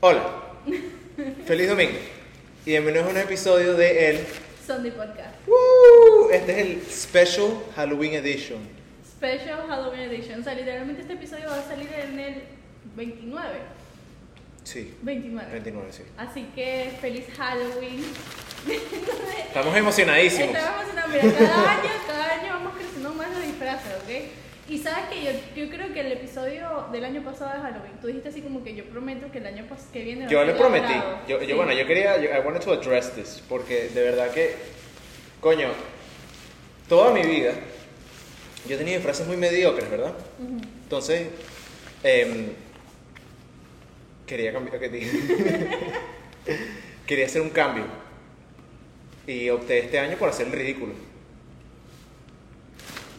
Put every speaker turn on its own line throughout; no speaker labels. Hola, feliz domingo y bienvenidos a un episodio de El.
Sunday Podcast.
¡Woo! Este es el Special Halloween Edition.
Special Halloween Edition. O sea, literalmente este episodio va a salir en el 29.
Sí,
29.
29, sí.
Así que feliz Halloween.
Estamos emocionadísimos.
Estamos en una mira, cada año, cada año vamos creciendo más los disfraces, ¿ok? Y sabes que yo, yo creo que el episodio del año pasado de Halloween, tú dijiste así como que yo prometo que el año pas- que viene va a
Yo
ser
le prometí,
elaborado.
yo, yo,
Sí.
bueno, yo quería, yo, I wanted to address this, porque de verdad que, coño, toda mi vida yo he tenido disfraces muy mediocres, ¿verdad?
Ujú.
Entonces, em, quería cambiar, que quería hacer un cambio. Y opté este año por hacer el ridículo.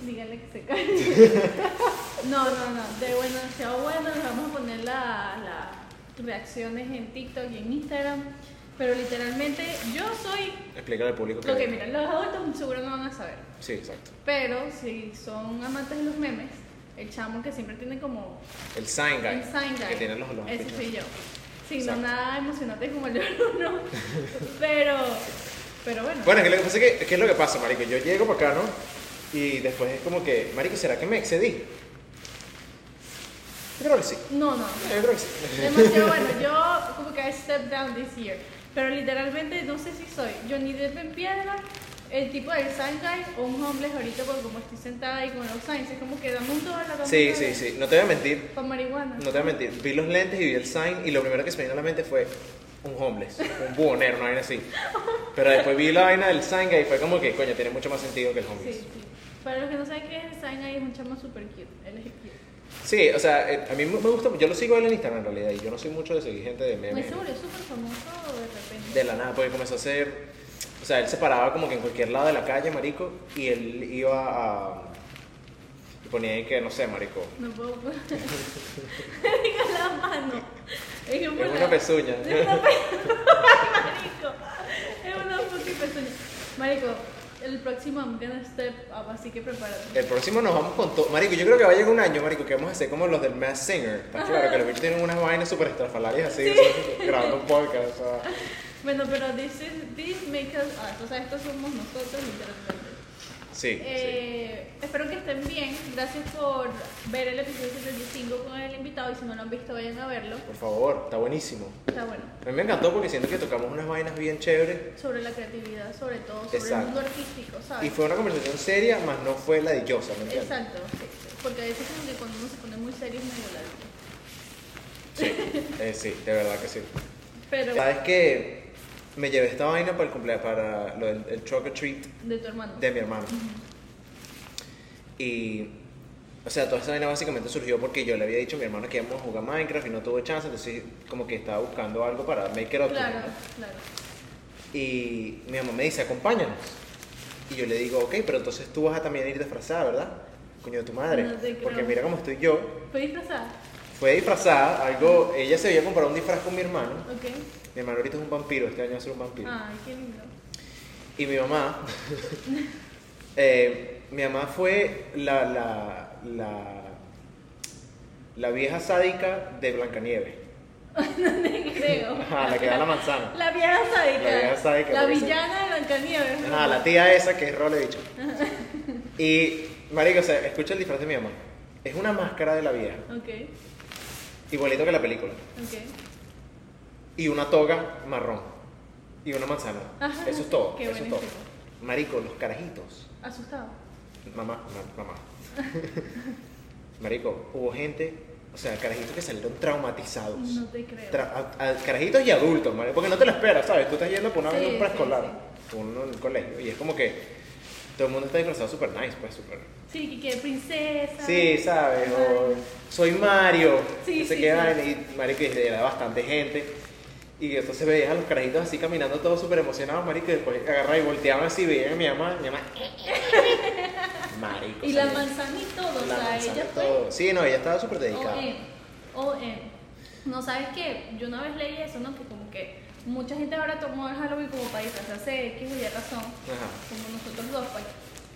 Díganle que se cae. no, no, no. De bueno, demasiado bueno. Les vamos a poner las reacciones en TikTok y en Instagram. Pero literalmente yo soy
Explícale al público que...
lo que miren. Los adultos seguro no van a saber.
Sí, exacto.
Pero si son amantes de los memes, el chamo que siempre tiene como
El sign guy.
un sign guy.
Que tienen los, los
Ese soy yo. Sí, no
Exacto.
nada emocionante como yo no. Pero, pero bueno.
Bueno, que lo que pasa es que, ¿qué es lo que pasa, marico? Yo llego para acá, ¿no? Y después es como que, marico, ¿será que me excedí? Yo creo que sí.
No, no.
Yo creo que sí.
Demasiado bueno. Yo como que I step down this year. Pero literalmente no sé si soy Johnny Depp en piedra, el tipo del Shanghai o un homeless ahorita porque como estoy sentada ahí con los signs, es como que dame un dólar dame un
Sí,
dólar,
sí, sí. No te voy a mentir.
pa' marihuana.
No te voy a mentir, vi los lentes y vi el sign y lo primero que se me vino a la mente fue un homeless, un buhonero, una vaina así. Pero después vi la vaina del sign y fue como que, coño, tiene mucho más sentido que el
Sí,
homeless.
sí.
Sí,
Para los que no saben qué es el Shanghai, es un chamo super cute. Él es cute.
o sea, eh, a mí me me gusta, yo lo sigo a él en Instagram en realidad y yo no soy mucho de seguir gente de
Me
memes.
se volvió súper famoso de repente.
De la nada, porque comenzó a hacer, o sea, él se paraba como que en cualquier lado de la calle, marico, y él iba a... Y ponía ahí que, no sé, marico,
No puedo poner. Digo la mano. Es que
es
por
una
la-
pezuña.
Es una pe- Marico. Es una fucking pezuña. Marico, el próximo I'm gonna step up, así que prepárate.
El próximo nos vamos con todo. Marico, yo creo que va a llegar un año, Marico, que vamos a hacer como los del Mass Singer. Está claro que los bichos tienen unas vainas súper estrafalarias así, así, grabando un podcast. o sea.
Bueno, pero this, is, this makes us us. O sea, estos somos nosotros literalmente.
Sí, sí.
Eh, Espero que estén bien. Gracias por ver el episodio 75 con el invitado. Y si no lo han visto, vayan a verlo.
Por favor, está buenísimo.
Está bueno.
A mí me encantó porque siento que tocamos unas vainas bien chéveres.
Sobre la creatividad, sobre todo, sobre
Exacto.
el mundo artístico, ¿sabes?
Y fue una conversación seria, más no fue la de Yosa, ¿me entiendes?
Exacto, sí, sí. porque a veces como que cuando uno se pone muy serio es medio largo.
Sí, eh, sí, de verdad que sí.
Pero
¿Sabes que Me llevé esta vaina para el cumpleaños, para lo del el chocolate treat
de tu hermano.
de mi hermano. Y, o sea, toda esa vaina básicamente surgió porque yo le había dicho a mi hermano que íbamos a jugar Minecraft y no tuvo chance, entonces como que estaba buscando algo para make it up.
Claro,
¿no?
claro.
Y mi mamá me dice, acompáñanos. Y yo le digo, ok, pero entonces tú vas a también ir disfrazada, ¿verdad? Coño de tu madre.
No te creo.
porque mira cómo estoy yo.
¿Fue disfrazada?
Fue disfrazada, algo, ella se había comprado un disfraz con mi hermano.
Ok.
Mi hermano ahorita es un vampiro, este año va a ser un vampiro.
Ay, qué lindo.
Y mi mamá, eh, mi mamá fue la, la, la, la vieja sádica de Blancanieves.
No te creo.
Ajá, la que da la manzana.
La vieja sádica.
La vieja sádica,
La
porque se-
villana de Blancanieves.
Ajá, la tía esa que es role bicho. Y, marico, o sea, escucha el disfraz de mi mamá. Es una máscara de la vieja,
Ok,
igualito que la película.
ok.
Y una toga marrón. Y una manzana.
Ajá.
Eso es todo.
Qué
eso es todo.
buenísimo.
Marico, los carajitos.
Asustado.
Mamá, ma- mamá. Marico, hubo gente, o sea, carajitos que salieron traumatizados.
No te creo.
Tra- a- a- carajitos y adultos, marico, porque no te lo esperas, ¿sabes? Tú estás yendo por una
Sí,
vaina
sí,
preescolar, uno en el colegio, y es como que todo el mundo está disfrazado súper nice, pues, súper.
sí, que que princesa.
Sí, ¿sabes? O, soy Mario,
Sí,
no sé
sí,
qué
sí.
vaina, y marico, y era bastante gente. Y entonces veías a los carajitos así caminando todos súper emocionados, marico, y después agarraban y volteaban así, veían a mi mamá, mi mamá. "Eh, marico.
Y la
salió.
manzana y todo.
La
o sea,
manzana,
ella fue.
todo. Sí, no, ella estaba súper dedicada.
OM, OM. No sabes qué, yo una vez leí eso, ¿no? Que como que mucha gente ahora tomó el Halloween como para disfrazarse X o Y razón,
Ajá.
como nosotros dos, pues.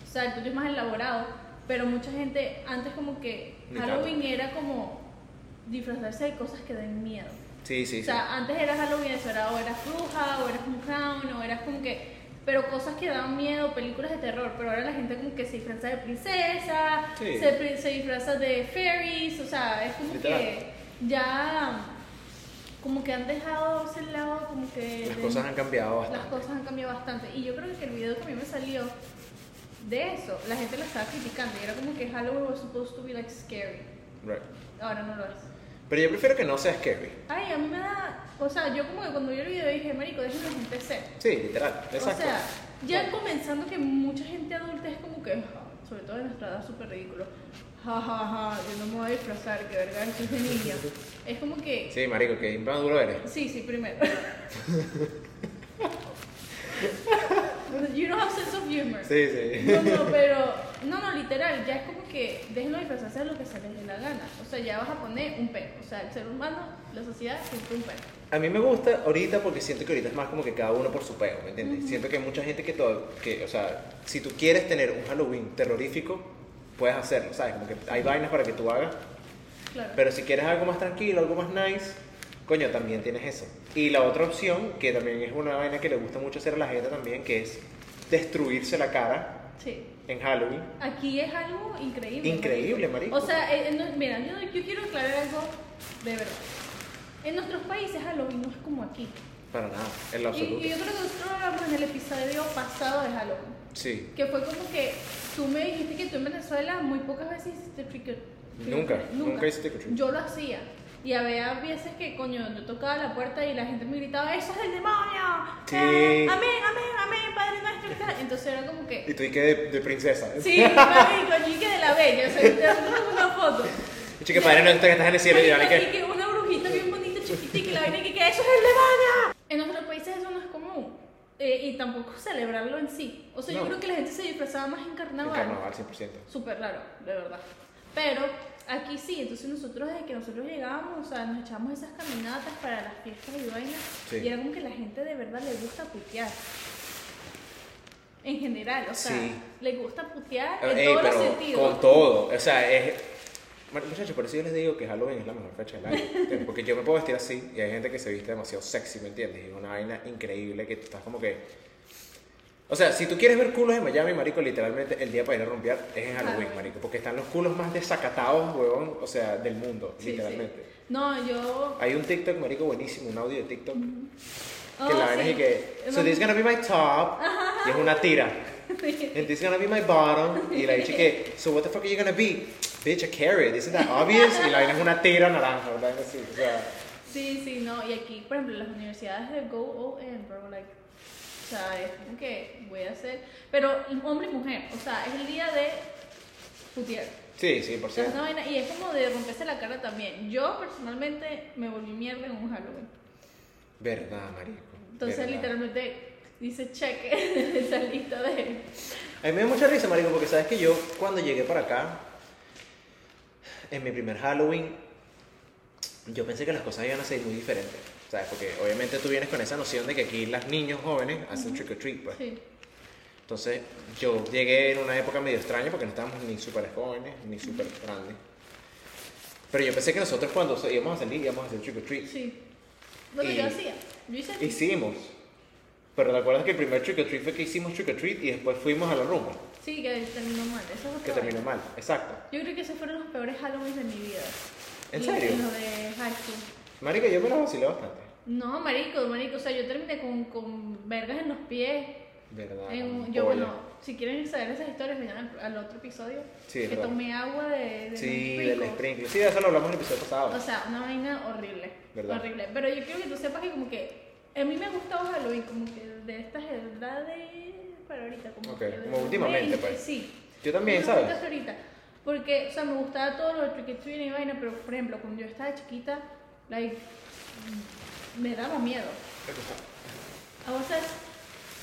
O sea, el tuyo es más elaborado, pero mucha gente antes como que
Ni
Halloween era como disfrazarse de cosas que den miedo.
Sí, sí,
O
sí.
sea, antes eras Halloween, eso era o eras bruja, o eras un clown, o eras como que. Pero cosas que dan miedo, películas de terror. Pero ahora la gente como que se disfraza de princesa,
Sí.
se, pri- se disfraza de fairies, o sea, es como
Literal.
que ya. Como que han dejado ese lado, como que.
Las
de-
cosas han cambiado
las
bastante.
cosas han cambiado bastante. Y yo creo que el video que a mí me salió de eso, la gente lo estaba criticando. Y era como que Halloween was supposed to be like scary.
Right.
Ahora no lo es.
Pero yo prefiero que no sea scary.
Ay, a mí me da. O sea, yo como que cuando vi el video dije, Marico, déjenme la gente ser.
Sí, literal. Exacto.
O sea, ya comenzando que mucha gente adulta es como que, "Ja", sobre todo en nuestra edad, súper ridículo. Ja, ja, ja, yo no me voy a disfrazar, que verga, eso es de niña. Es como que.
Sí, marico, que duro eres.
Sí, sí, primero. you don't have sense of humor.
Sí, sí.
No, no, pero. No, no, literal, ya es como que déjenlo disfrazarse de lo que se les dé la gana. O sea, ya vas a poner un pelo. O sea, el ser humano, la sociedad, siempre un pelo.
A mí me gusta ahorita porque siento que ahorita es más como que cada uno por su peo, ¿me entiendes? Siento que hay mucha gente que todo, que, o sea, si tú quieres tener un Halloween terrorífico, puedes hacerlo, ¿sabes? Como que hay vainas para que tú hagas,
Claro.
pero si quieres algo más tranquilo, algo más nice, coño, también tienes eso. Y la otra opción, que también es una vaina que le gusta mucho hacer a la gente también, que es destruirse la cara
Sí.
en Halloween.
Aquí es algo increíble.
Increíble, marico.
O sea, eh, eh, no- mira, yo, yo quiero aclarar algo de verdad. En nuestros países Halloween no es como aquí.
Para nada, en lo
Y,
absoluto.
y yo creo que nosotros hablamos en el episodio pasado de Halloween.
Sí.
Que fue como que tú me dijiste que tú en Venezuela muy pocas veces hiciste trick or- trick or-
Nunca, nunca hice trick or treat.
Yo lo hacía. Y había veces que, coño, yo tocaba la puerta y la gente me gritaba, ¡Eso es el demonio!
Sí.
Eh, ¡Amén, amén, amén, Padre Nuestro! y tal. Entonces era como que...
Y tú y que de, de princesa.
Sí, marico, chique de la bella, o sea, te hago una foto.
Chica, padre, no está que estás en el cielo y
Marico,
dale que...
y que una brujita bien bonita, chiquita, y que la vaina y que, que eso es el demonio. En otros países eso no es común. eh, y tampoco celebrarlo en sí. O sea, yo
No.
creo que la gente se disfrazaba más en
En
carnaval.
carnaval, 100%.
Súper raro, de verdad. Pero aquí sí, entonces nosotros desde que nosotros llegábamos, o sea, nos echamos esas caminatas para las fiestas y vainas.
Sí.
Y era como que la gente de verdad le gusta putear. En general, o sea,
Sí.
le gusta putear en
Ey,
todos los
pero
sentidos.
con todo. O sea, es. Bueno, Muchachos, por eso yo les digo que Halloween es la mejor fecha del año. ¿entiendes? Porque yo me puedo vestir así y hay gente que se viste demasiado sexy, ¿me entiendes? Y es una vaina increíble que tú estás como que. O sea, si tú quieres ver culos en Miami, marico, literalmente el día para ir a rompear es en Halloween,
Halloween.
marico. Porque están los culos más desacatados, huevón, o sea, del mundo,
Sí, sí.
literalmente.
No, yo.
Hay un TikTok, marico, buenísimo, un audio de TikTok.
Oh,
que la vaina
sí.
es y que. So
Mam-
this gonna be my top. Y es una tira. And this is gonna be my bottom. Y la bicha que, so what the fuck are you gonna be? Bitch, a carrot, isn't that obvious? Y la vaina es una tira naranja, una vaina así, o sea,
Sí, sí, no. Y aquí, por ejemplo, las universidades de Go ON, bro, like. O sea, es como que voy a hacer. Pero hombre y mujer, o sea, es el día de putear.
sí, sí, por
O sea, es
cierto.
una vaina- y es como de romperse la cara también. Yo personalmente me volví mierda en un Halloween.
Verdad, marico.
Entonces,
verdad.
literalmente dice cheque esa lista de.
A mí me da mucha risa, marico, porque sabes que yo cuando llegué para acá, en mi primer Halloween, yo pensé que las cosas iban a ser muy diferentes. ¿Sabes? Porque obviamente tú vienes con esa noción de que aquí las niños jóvenes hacen trick or treat, pues.
Sí.
Entonces yo llegué en una época medio extraña porque no estábamos ni súper jóvenes ni súper grandes. Pero yo pensé que nosotros cuando se- íbamos a salir íbamos a hacer trick or treat.
Sí. Bueno,
Y-
yo hacía. Yo hice.
Hicimos. Pero ¿te acuerdas que el primer trick or treat fue que hicimos trick or treat y después fuimos a la rumba?
Sí, que terminó mal. Eso es otra
Que
vaina.
terminó mal. Exacto.
Yo creo que esos fueron los peores Halloween de mi vida.
¿En
Y-
serio?
y los de high school.
Marica, yo me la vacilé bastante.
No, marico, marico. O sea, yo terminé con, con vergas en los pies.
¿Verdad?
en un-
con
yo,
Ah, polla.
bueno, si quieren saber esas historias, vayan al, al otro episodio.
Sí, es
que
verdad.
tomé agua de, de
Sí,
un
del
sprinkle.
sprinkler. Sí, de eso lo hablamos en el episodio pasado.
O sea, una vaina horrible.
¿Verdad?
Horrible. Pero yo quiero que tú sepas que como que... A mí me ha gustado Halloween, como que de estas edades para ahorita. Como
Ok,
que de
como
los
últimamente,
20,
pues.
Sí.
Yo también,
Yo
¿sabes?
ahorita, ahorita. Porque, o sea, me gustaba todo lo de trick or treat y vaina, pero por ejemplo, cuando yo estaba chiquita, like, me daba miedo. A vos sabes,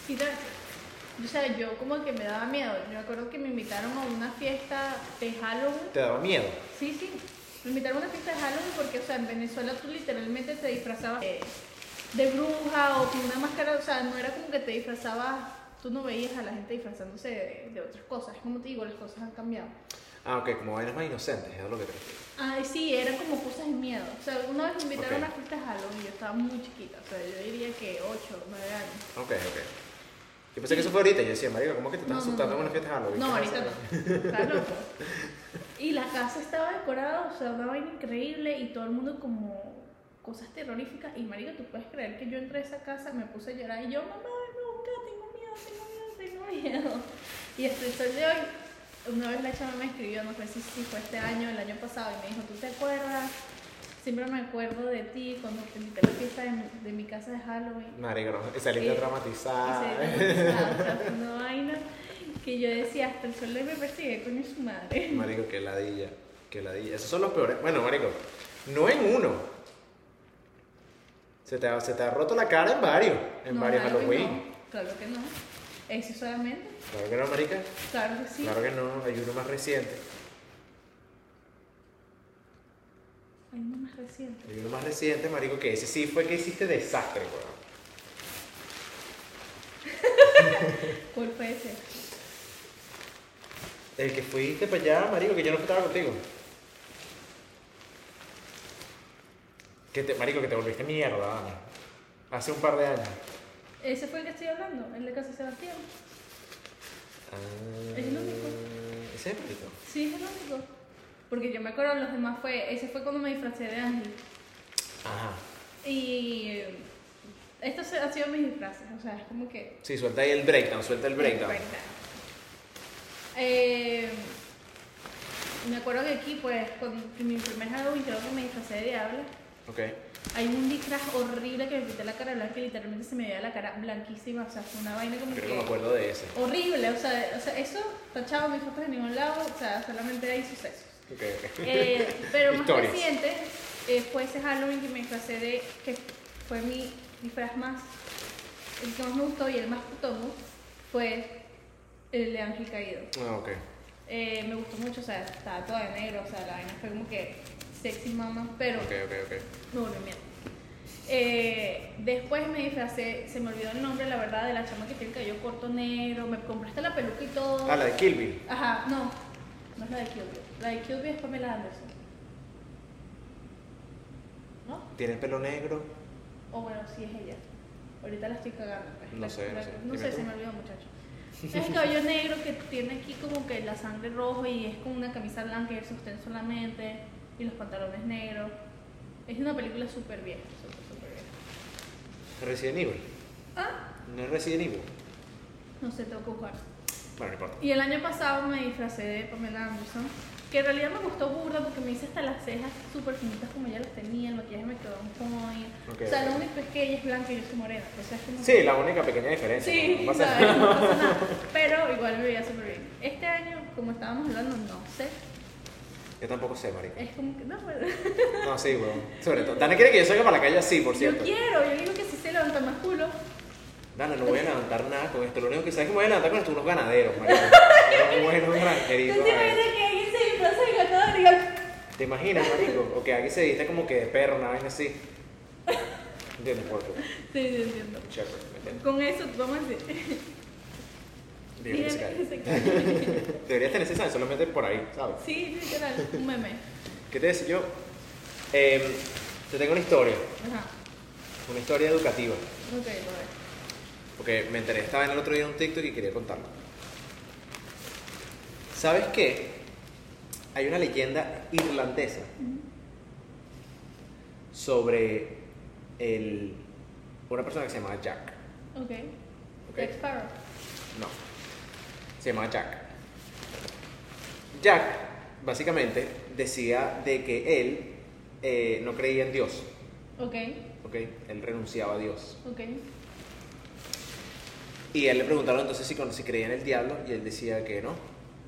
sí te- o sea, yo como que me daba miedo. Yo recuerdo que me invitaron a una fiesta de Halloween.
¿Te daba miedo?
Sí, sí. Me invitaron a una fiesta de Halloween porque, o sea, en Venezuela tú literalmente te disfrazabas eh, de, bruja o con una máscara. O sea, no era como que te disfrazabas, tú no veías a la gente disfrazándose de, de otras cosas. Como te digo, las cosas han cambiado.
Ah, ok, como vainas más inocentes, es lo que te refiero.
Ay, sí, eran como cosas de miedo. O sea, alguna vez me
Ok.
invitaron a una fiesta de Halloween y yo estaba muy chiquita. O sea, yo diría que 8, 9 años.
Ok, ok. Yo pensé que eso fue ahorita, yo decía, marico, ¿cómo que te estás
No, no,
asustando
no.
en una fiesta de Halloween?
No,
¿Qué
ahorita
pasa?
no. Estás loco. Y la casa estaba decorada, o sea, una vaina increíble y todo el mundo como cosas terroríficas. Y marico, ¿tú puedes creer que yo entré a esa casa, me puse a llorar y yo, mamá, no, tengo miedo, tengo miedo, tengo miedo. Y hasta el sol de hoy, una vez la chama me escribió, no sé si, si fue este año, el año pasado, y me dijo, ¿tú te acuerdas? Siempre me acuerdo de ti cuando te invité a la fiesta de mi, de mi casa de Halloween.
Marico, no. Y saliste
Eh,
traumatizada.
Y se dio cuenta, o sea, fue una vaina que yo decía, hasta el sol de hoy me persigue, coño su madre.
Marico, qué ladilla, qué ladilla. Esos son los peores. Bueno, marico, no en uno. Se te ha, se te ha roto la cara en varios, en
No,
varios
claro que
Halloween.
no, claro que no. Eso solamente.
Claro que no, marica.
Claro que sí.
Claro que no, hay uno más reciente.
Hay uno más reciente.
Hay uno más reciente, marico, que ese sí fue que hiciste desastre, weón.
¿Cuál fue ese?
El que fuiste para allá, marico, que yo no estaba contigo. Que te, marico, que te volviste mierda, Dani. Hace un par de años.
Ese fue el que estoy hablando, el de Casa Sebastián.
Ah,
Es el único.
Ese es el único.
Sí, es el único. Porque yo me acuerdo, los demás fue. Ese fue cuando me disfracé de ángel.
Ajá.
Y. eh, Estos han sido mis disfraces, o sea, es como que.
Sí, suelta ahí el breakdown, suelta el breakdown.
Eh, me acuerdo que aquí, pues, con mi primer Halloween, creo que me disfrazé de diablo.
Ok.
Hay un disfraz horrible que me pinté la cara blanca y literalmente se me veía la cara blanquísima. O sea, fue una vaina como
Creo
que.
que me acuerdo de ese.
horrible. O sea, o sea, eso tachado mis fotos en ningún lado. O sea, solamente hay sucesos.
Ok, ok.
Eh, pero más
Historias.
reciente eh, fue ese Halloween que me disfracé de. que fue mi disfraz más. el que más me gustó y el más putomo fue el de Ángel Caído.
Ah, ok.
Eh, me gustó mucho, o sea, estaba toda de negro, o sea, la vaina fue como que sexy mama, pero
Ok, ok, ok.
me volvió mierda. Eh, después me disfracé, se me olvidó el nombre, la verdad, de la chama que tiene el cabello corto negro, me compraste la peluca y todo.
Ah, la de Kill Bill.
Ajá, no, no es la de Cupid, la de Cupid es Pamela Anderson. ¿No?
¿Tiene el pelo negro?
O bueno, sí es ella. Ahorita la estoy cagando. pues.
No
La-
sé, no
la-
sé.
No
Dime
sé,
tú.
se me olvidó, muchacho. Es el cabello negro que tiene aquí como que la sangre roja y es con una camisa blanca y el sostén solamente y los pantalones negros. Es una película súper vieja, súper, súper vieja.
Resident Evil.
Ah,
No es Resident Evil.
no sé, tengo que buscar.
Bueno, no importa.
Y el año pasado me disfracé de Pamela Anderson, que en realidad me gustó burda porque me hice hasta las cejas súper finitas como ella las tenía, el maquillaje me quedó un point.
Ok,
o sea,
ok.
lo único es que ella es blanca y yo soy morena. Entonces es como
Sí, la única pequeña diferencia.
Sí,
no pasa
¿sabes?
nada.
no pasa nada. Pero igual me veía súper bien. Este año, como estábamos hablando, no sé.
Yo tampoco sé, marico.
Es como que. No, pues, bueno.
No, sí, weón. Sobre todo. Dana quiere que yo salga para la calle así, por
Yo
cierto.
quiero, yo digo que si se levanta más culo.
Dana, no voy a levantar nada con esto. Lo único que sabes que me voy a levantar con esto unos ganaderos, marico. Unos buenos
¿Tú te
granjeritos. marico.
imaginas que alguien se disfraza de ganador y diga,
¿Te imaginas, marico? O que aquí se viste como que de perro, una vaina así. ¿Entiendes? Porque
Sí, yo entiendo.
Shepherd, ¿me entiendes?
Con eso, vamos a decir.
Digo, que se
Díganme
cae.
que se cae.
Deberías tener ese sal solamente por ahí, ¿sabes?
Sí, literal, un meme.
¿Qué te decía yo? Eh, te tengo una historia,
Ajá.
una historia educativa.
Ok, lo veo.
Porque me enteré, estaba en el otro día en un TikTok y quería contarlo. ¿Sabes qué? Hay una leyenda irlandesa sobre el, una persona que se llamaba Jack.
Ok.
¿ok?
Jack Sparrow.
No. Se llamaba Jack. Jack, básicamente, decía de que él eh, no creía en Dios.
Ok,
¿ok? Él renunciaba a Dios.
ok.
Y él le preguntaron entonces si, con- si creía en el diablo y él decía que no,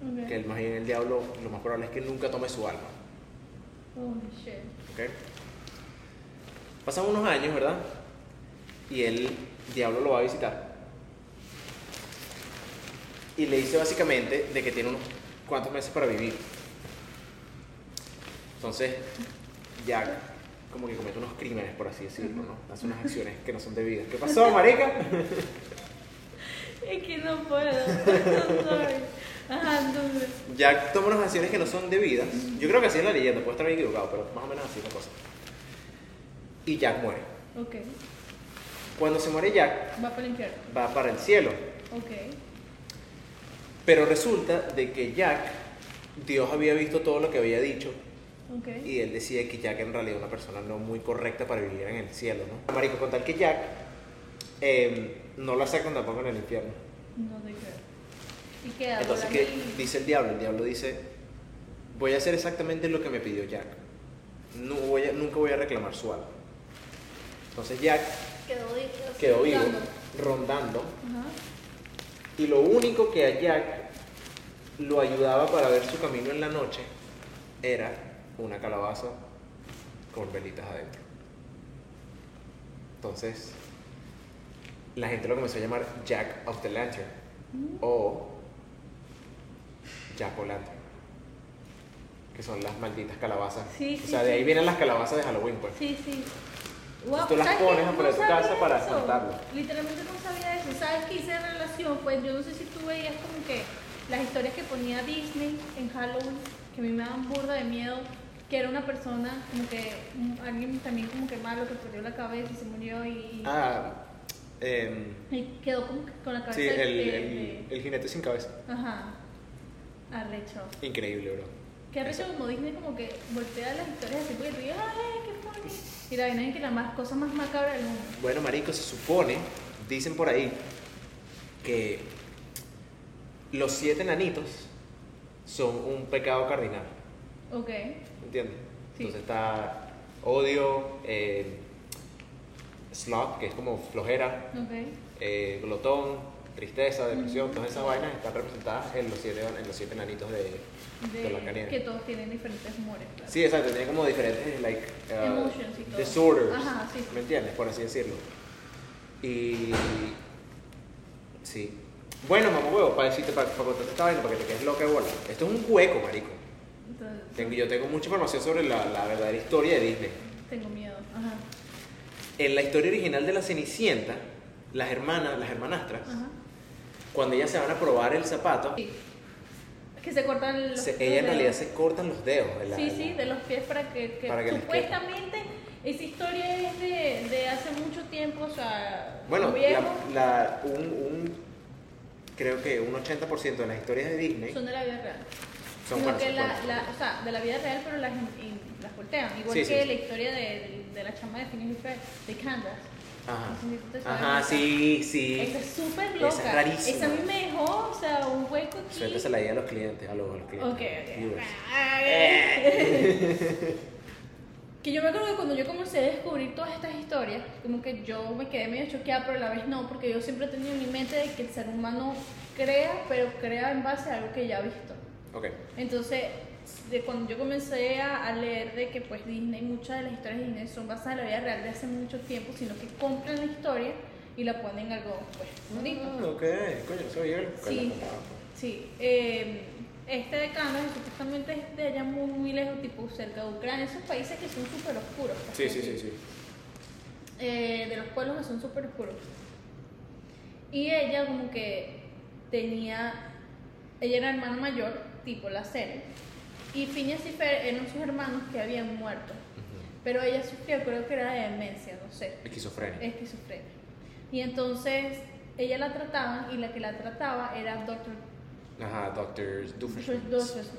Ok.
que él más bien el diablo lo más probable es que nunca tome su alma.
Oh, shit.
¿ok? Pasan unos años, ¿verdad? Y el diablo lo va a visitar. Y le dice básicamente de que tiene unos cuantos meses para vivir. Entonces, Jack como que comete unos crímenes, por así decirlo, ¿no? Hace unas acciones que no son debidas. ¿Qué pasó, marica?
Es que no puedo. I'm sorry. Ajá, entonces.
Jack toma unas acciones que no son debidas. Yo creo que así es la leyenda, puedo estar bien equivocado, pero más o menos así es la cosa. Y Jack muere.
Ok.
Cuando se muere Jack,
Va para el infierno.
va para el cielo.
Ok.
Pero resulta de que Jack, Dios había visto todo lo que había dicho
Ok.
y él decía que Jack en realidad era una persona no muy correcta para vivir en el cielo, ¿no? Marico, con tal que Jack eh, no la sacan tampoco en el infierno.
No te creo. Y queda
Entonces,
por
¿qué
ahí.
dice el diablo? El diablo dice, voy a hacer exactamente lo que me pidió Jack. No voy a- nunca voy a reclamar su alma. Entonces Jack
Quedó, vivo, sí,
quedó vivo,
dando.
rondando,
Ajá.
y lo único que a Jack lo ayudaba para ver su camino en la noche era una calabaza con velitas adentro. Entonces, la gente lo comenzó a llamar Jack of the Lantern
Mm.
o Jack o Lantern, que son las malditas calabazas.
Sí,
o
sí,
sea, de
sí.
ahí vienen las calabazas de Halloween, pues.
Sí, sí.
tú las
¿sabes qué?
pones afuera de tu casa
sabía
para
eso.
contarlo.
Literalmente no sabía eso. ¿Sabes qué hice de relación? Pues yo no sé si tú veías como que las historias que ponía Disney en Halloween, que a mí me daban burda de miedo, que era una persona, como que mm, alguien también como que malo, que perdió la cabeza y se murió y, y-
Ah, em,
y quedó como que con la cabeza
sí, el,
de-
el-
de-
el jinete sin cabeza.
Ajá. Arrecho.
Increíble, bro.
Qué arrecho
Exacto.
como Disney como que voltea las historias así porque tú dices, ¡ay, qué funny! Y la vaina es que la más cosa más macabra del mundo.
Bueno, marico, se supone, dicen por ahí, que los siete nanitos son un pecado cardinal,
Ok.
¿entiendes?
Sí.
Entonces está odio, eh, sloth, que es como flojera,
Ok.
eh, glotón, tristeza, depresión, todas esas vainas están representadas en los siete, en los siete nanitos de, de, la
de que todos tienen diferentes humores, claro.
Sí, exacto, tiene como diferentes, like, uh,
Emotions y todo.
disorders,
Ajá, sí.
¿me entiendes? Por así decirlo. Y, sí. Bueno, mamá huevo, para decirte, para, para contarte esta vaina, para que te quedes loca de bola. Esto es un hueco, marico.
Entonces,
Tengo- yo tengo mucha información sobre la, la verdadera historia de Disney.
tengo miedo. Ajá.
En la historia original de la Cenicienta, las hermanas, las hermanastras,
Ajá.
cuando ellas se van a probar el zapato,
Sí. Que se cortan los
se-
los
ellas en realidad
dedos.
se cortan los dedos. de la-
Sí,
de
sí,
la-
de los pies para que, que
Para que les quede.
supuestamente esa historia es de, de hace mucho tiempo, o sea,
Bueno,
los viejos
la, la- un, un- creo que un 80% de las historias de Disney
son de la vida real.
son
Sino
buenas,
que
son
la,
buenas.
la- o sea, de la vida real, pero las, y- las voltean. Igual
Sí, sí,
que
sí.
la historia de, de la chama de Phineas y Ferb, de Candace.
Ajá.
no sé si tú te sabes
Ajá,
esa.
sí, sí.
Esa es súper
Esa
loca.
es rarísima.
Esa a mí me dejó, o sea, un hueco aquí.
Suéltase la idea a los clientes, a los, a los clientes.
Ok,
a los
ok.
viewers.
que yo me acuerdo que cuando yo comencé a descubrir todas estas historias, como que yo me quedé medio choqueada, pero a la vez no, porque yo siempre he tenido en mi mente de que el ser humano crea, pero crea en base a algo que ya ha visto.
Ok.
Entonces, de cuando yo comencé a, a leer de que pues Disney, muchas de las historias de Disney son basadas en la vida real de hace mucho tiempo, sino que compran la historia y la ponen en algo pues bonito.
Ah, ok, coño, eso bien.
Sí. Sí, eh, este de Canadá supuestamente es de allá muy, muy lejos, tipo cerca de Ucrania, esos países que son súper oscuros. pues,
Sí, sí,
así.
sí, sí.
Eh, de los pueblos que son súper oscuros. Y ella como que tenía, ella era hermana mayor, tipo la serie, y Phineas y Fer eran sus hermanos que habían muerto,
Ujú.
pero ella sufría, creo que era de demencia, no sé
Esquizofrenia.
Eh. esquizofrenia. Y entonces ella la trataban y la que la trataba era Dr.
Ajá, Doctor
Dr.
Doofenshmirtz.
Smith.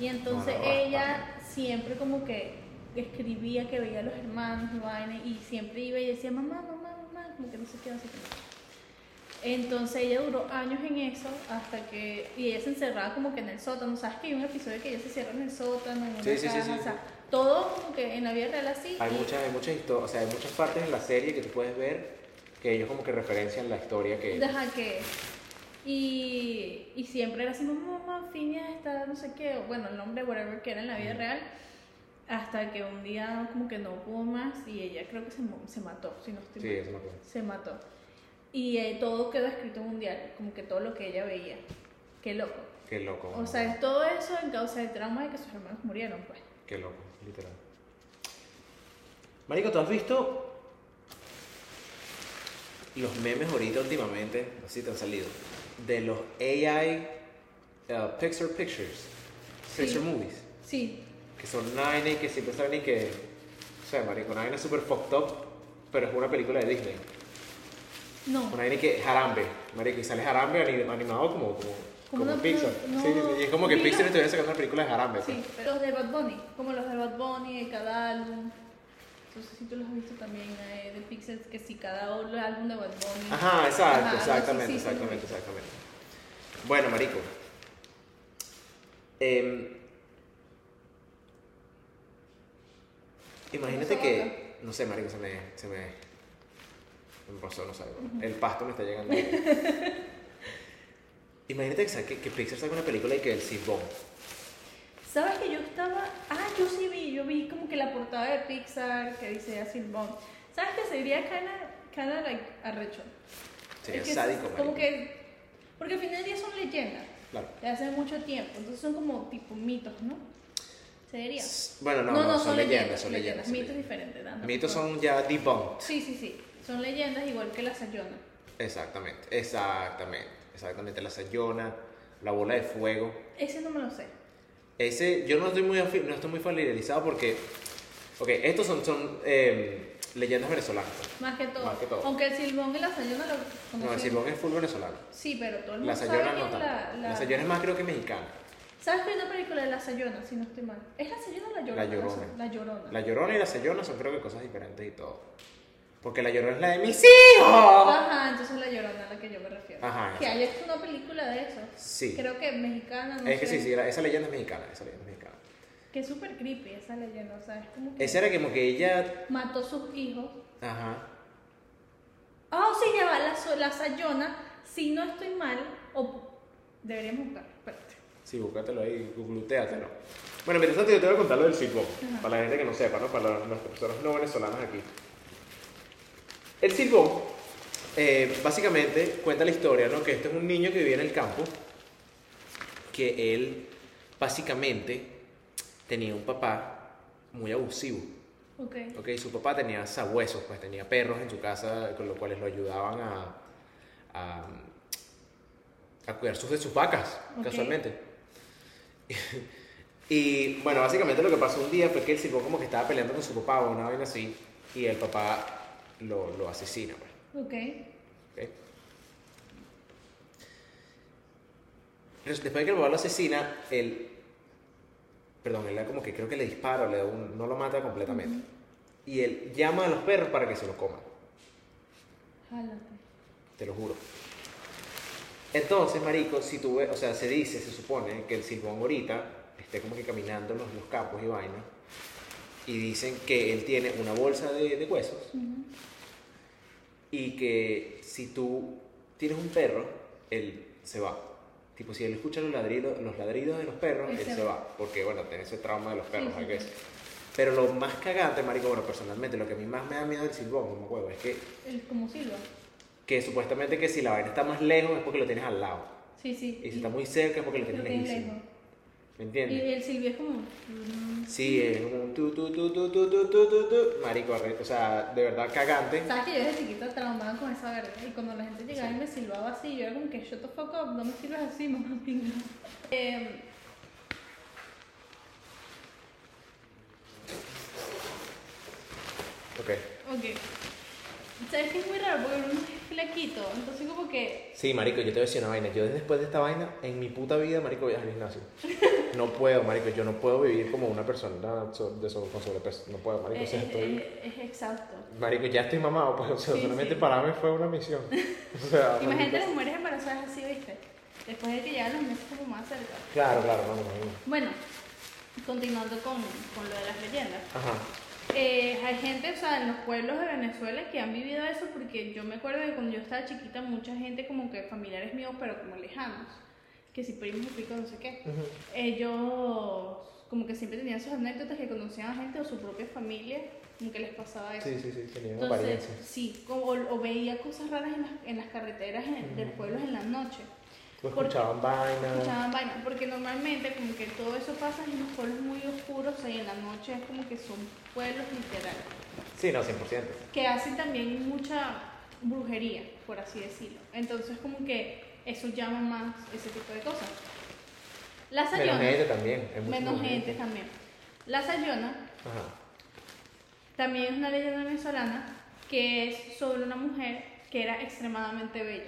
Y entonces
No, no,
ella siempre como que escribía que veía a los hermanos y vaina, y siempre iba y decía mamá, mamá, mamá, como que no sé qué, no sé qué. Entonces ella duró años en eso hasta que. Y ella se encerraba como que en el sótano. ¿Sabes que hay un episodio que ella se cierra en el sótano? En una
Sí, sí, sí,
caja,
sí,
o sea,
sí.
todo como que en la vida real así.
Hay
y-
muchas, hay muchas historias, o sea, hay muchas partes en la serie que tú puedes ver que ellos como que referencian la historia que...
Ajá, que. Y, y siempre era así, mamá, mamá, Phineas está, no sé qué, o bueno, el nombre, whatever que era en la vida real. Hasta que un día, como que no pudo más, y ella creo que se, mo- se mató, si no estoy
Sí,
mal.
eso me acuerdo.
Se mató. Y eh, todo quedó escrito en un diario, como que todo lo que ella veía. Qué loco.
Qué loco.
O sea, es todo eso en causa del trauma de que sus hermanos murieron, pues.
Qué loco, literal. Marico, ¿tú has visto los memes ahorita últimamente? Así te han salido. De los AI uh, Pixar Pictures,
Sí.
Pixar Movies,
Sí,
que son nine y que siempre salen y que, o sea, marico, una vaina super fucked up, pero es una película de Disney.
no.
Una vaina que Harambe, marico, y sale Harambe ani- animado como, como,
Como
como
una-
Pixar.
no.
Sí, sí, sí, y es como que
Mira.
Pixar estuviera sacando una película de Harambe. pues.
Sí, los de Bad Bunny, como los de Bad Bunny, de cada álbum. No sé si tú los has visto también eh, de Pixels, que si cada ol- álbum de Bad Bunny.
Ajá, exacto,
Ajá, algo así,
exactamente,
sí, sí,
exactamente,
sí.
exactamente. Bueno, marico. Em, imagínate
Pasó algo.
que, no sé, marico, se me, se me, me pasó, no salgo. El pasto me está llegando. imagínate que, saque- que Pixar saca una película y que el Silbón.
¿Sabes que yo estaba.? Ah, yo sí vi, yo vi como que la portada de Pixar que dice así Bond. ¿Sabes que sería Cana, Cana like, arrecho?
Sería
Es que es
sádico, marico.
Como que. Porque al final del día son leyendas
Claro.
de hace mucho tiempo, entonces son como tipo mitos, ¿no? Sería.
Bueno, no, no, son, leyendas, son leyendas. son
mitos
leyendas.
diferentes, ¿no?
Mitos son ya debunked.
Sí, sí, sí. Son leyendas igual que la Sayona.
Exactamente, exactamente, exactamente. La Sayona, la bola de fuego.
Ese no me lo sé.
Ese, yo no estoy muy, afi- no estoy muy familiarizado porque, ok, estos son, son eh, leyendas venezolanas.
Más que todo.
Más que todo.
Aunque el silbón y la Sayona lo
No, el
conocen.
silbón es full venezolano.
Sí, pero todo el mundo
La
sabe
Sayona
que
no
es
tanto.
la,
La Sayona es más creo que mexicana.
¿Sabes que hay una película de la Sayona, si no estoy mal? ¿Es la Sayona o la Llorona?
La Llorona.
La Llorona.
La Llorona y la Sayona son creo que cosas diferentes y todo. Porque la Llorona es la de mis hijos.
Ajá, entonces la Llorona a la que yo me refiero.
Ajá,
Que
exacto.
hay hecho una película de eso.
Sí.
Creo que mexicana, no
Es que
sé.
sí, sí, la- esa leyenda es mexicana, esa leyenda es mexicana.
Que es súper creepy esa leyenda, o sea, es como que
Esa era como que ella,
mató a sus hijos.
ajá,
Ah, sí, ya va, la, so- la Sayona, si no estoy mal, o deberíamos buscar, espérate.
Sí, búscatelo ahí, googleatelo. Bueno, mientras tanto yo te voy a contar lo del silbón,
Ajá.
para la gente que no sepa, ¿no? Para las personas no venezolanas aquí. El silbón, eh, básicamente, cuenta la historia, ¿no? Que este es un niño que vivía en el campo, que él, básicamente, tenía un papá muy abusivo,
Ok.
¿ok? Su papá tenía sabuesos, pues tenía perros en su casa, con los cuales lo ayudaban a, a, a cuidar sus, de sus vacas,
Ok.
casualmente. Y bueno, básicamente lo que pasó un día fue que el silbón como que estaba peleando con su papá o una vaina así, y el papá lo, lo asesina. pues,
Ok.
¿ok? Entonces, Después de que el papá lo asesina, él, perdón, él como que creo que le dispara, o le da un- no lo mata completamente. Y él llama a los perros para que se lo coman.
Jálate.
Te lo juro. Entonces, marico, si tú ves, o sea, se dice, se supone que el silbón ahorita esté como que caminando en los, los campos y vaina, y dicen que él tiene una bolsa de, de huesos, y que si tú tienes un perro, él se va. Tipo, si él escucha los ladridos, los ladridos de los perros, él, se, va. Porque, bueno, tiene ese trauma de los perros,
Sí, sí,
I guess.
sí.
Pero lo más cagante, marico, bueno, personalmente, lo que a mí más me da miedo del silbón, como huevo, es que
Es como silba.
que supuestamente que si la vaina está más lejos es porque lo tienes al lado.
Sí, sí.
Y si está muy cerca es porque lo
Lo
tienes
tienes
lejísimo.
lejos.
¿Me
Y
entiendes?
el silbio es como. mm,
Sí, es como un tu tu tu tu tu tu tu tu tu marico, arre- o sea, de verdad cagante.
Sabes que yo desde chiquita traumaba con esa verga. Y cuando la gente llegaba
Sí.
y me silbaba así, yo era como que yo te fuck up, no me silbas así, mamá pinga. Eh,
Ok.
ok. ¿Sabes que es muy raro? Porque uno es flaquito. Entonces, como que.
Sí, marico, yo te voy a decir una vaina. Yo después de esta vaina, en mi puta vida, marico, voy a al gimnasio. No puedo, marico, yo no puedo vivir como una persona so- de sobre- con sobrepeso. No puedo, marico, o
Es,
sea,
es,
pues estoy...
es- es exhausto.
Marico, ya estoy mamado, pues, o sea,
Eh, Sí,
solamente
sí.
para mí fue una misión. O sea,
Imagínate las
marico.
mujeres embarazadas así, ¿viste? Después de que llegan los meses como más cerca.
Claro, claro, no, no, no.
Bueno, continuando con, con lo de las leyendas.
Ajá.
Eh, hay gente, o sea, en los pueblos de Venezuela que han vivido eso porque yo me acuerdo que cuando yo estaba chiquita mucha gente como que familiares míos, pero como lejanos, que si primos, ricos, no sé qué,
Ujú.
ellos como que siempre tenían sus anécdotas que conocían a gente o su propia familia, como que les pasaba eso.
Sí, sí, sí, tenía una
Entonces,
apariencia.
sí, como- o, o veía cosas raras en las, en las carreteras en- de los pueblos en la noche.
O
Porque-
Pues escuchaban vainas.
Escuchaban vainas, porque normalmente como que todo eso pasa en unos pueblos muy oscuros o sea, y en la noche es como que son pueblos literales,
Sí, no, 100%.
que hacen también mucha brujería, por así decirlo. Entonces como que eso llama más ese tipo de cosas. La
Menos
Sayona.
gente también. hay mucha
Ah, menos gente también. La Sayona
Ajá.
también es una leyenda venezolana que es sobre una mujer que era extremadamente bella,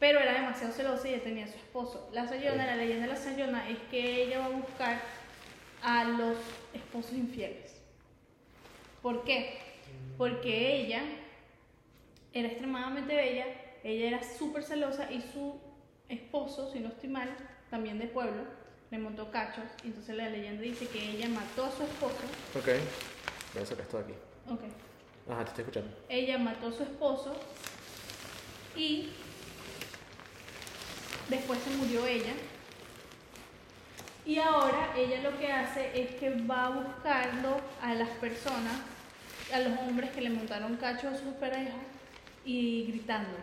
pero era demasiado celosa y ya tenía a su esposo. La Sayona, la leyenda de la Sayona es que ella va a buscar a los esposos infieles. ¿Por qué? Porque ella era extremadamente bella, ella era súper celosa y su esposo, si no estoy mal, también de pueblo, le montó cachos. y Entonces la leyenda dice que ella mató a su esposo.
Ok. Voy a sacar esto de aquí.
Okay.
Ajá, te estoy escuchando.
Ella mató a su esposo y después se murió ella. Y ahora ella lo que hace es que va buscando a las personas, a los hombres que le montaron cacho a sus parejas y gritando.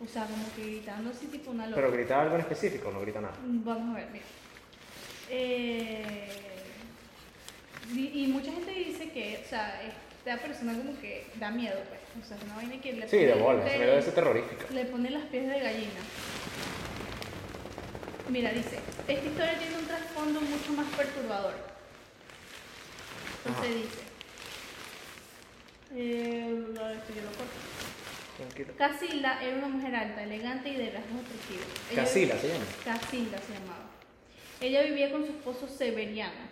O sea, como que gritando así tipo una loca.
Pero gritaba algo en específico, no grita nada.
Vamos a ver, mira. Eh, y, y mucha gente dice que, o sea, esta persona como que da miedo, pues. O sea, es una vaina que le
Sí, de
pone-
bola,
le-
pero debe ser terrorífica.
le pone las pies de gallina. Mira, dice, esta historia tiene un trasfondo mucho más perturbador. Entonces
Ajá.
dice, eh, a ver, esto yo lo corto.
Tranquilo.
Casilda era una mujer alta, elegante y de rasgos atractivos. Ella-
Casila se llama.
Casilda se llamaba. Ella vivía con su esposo Severiano.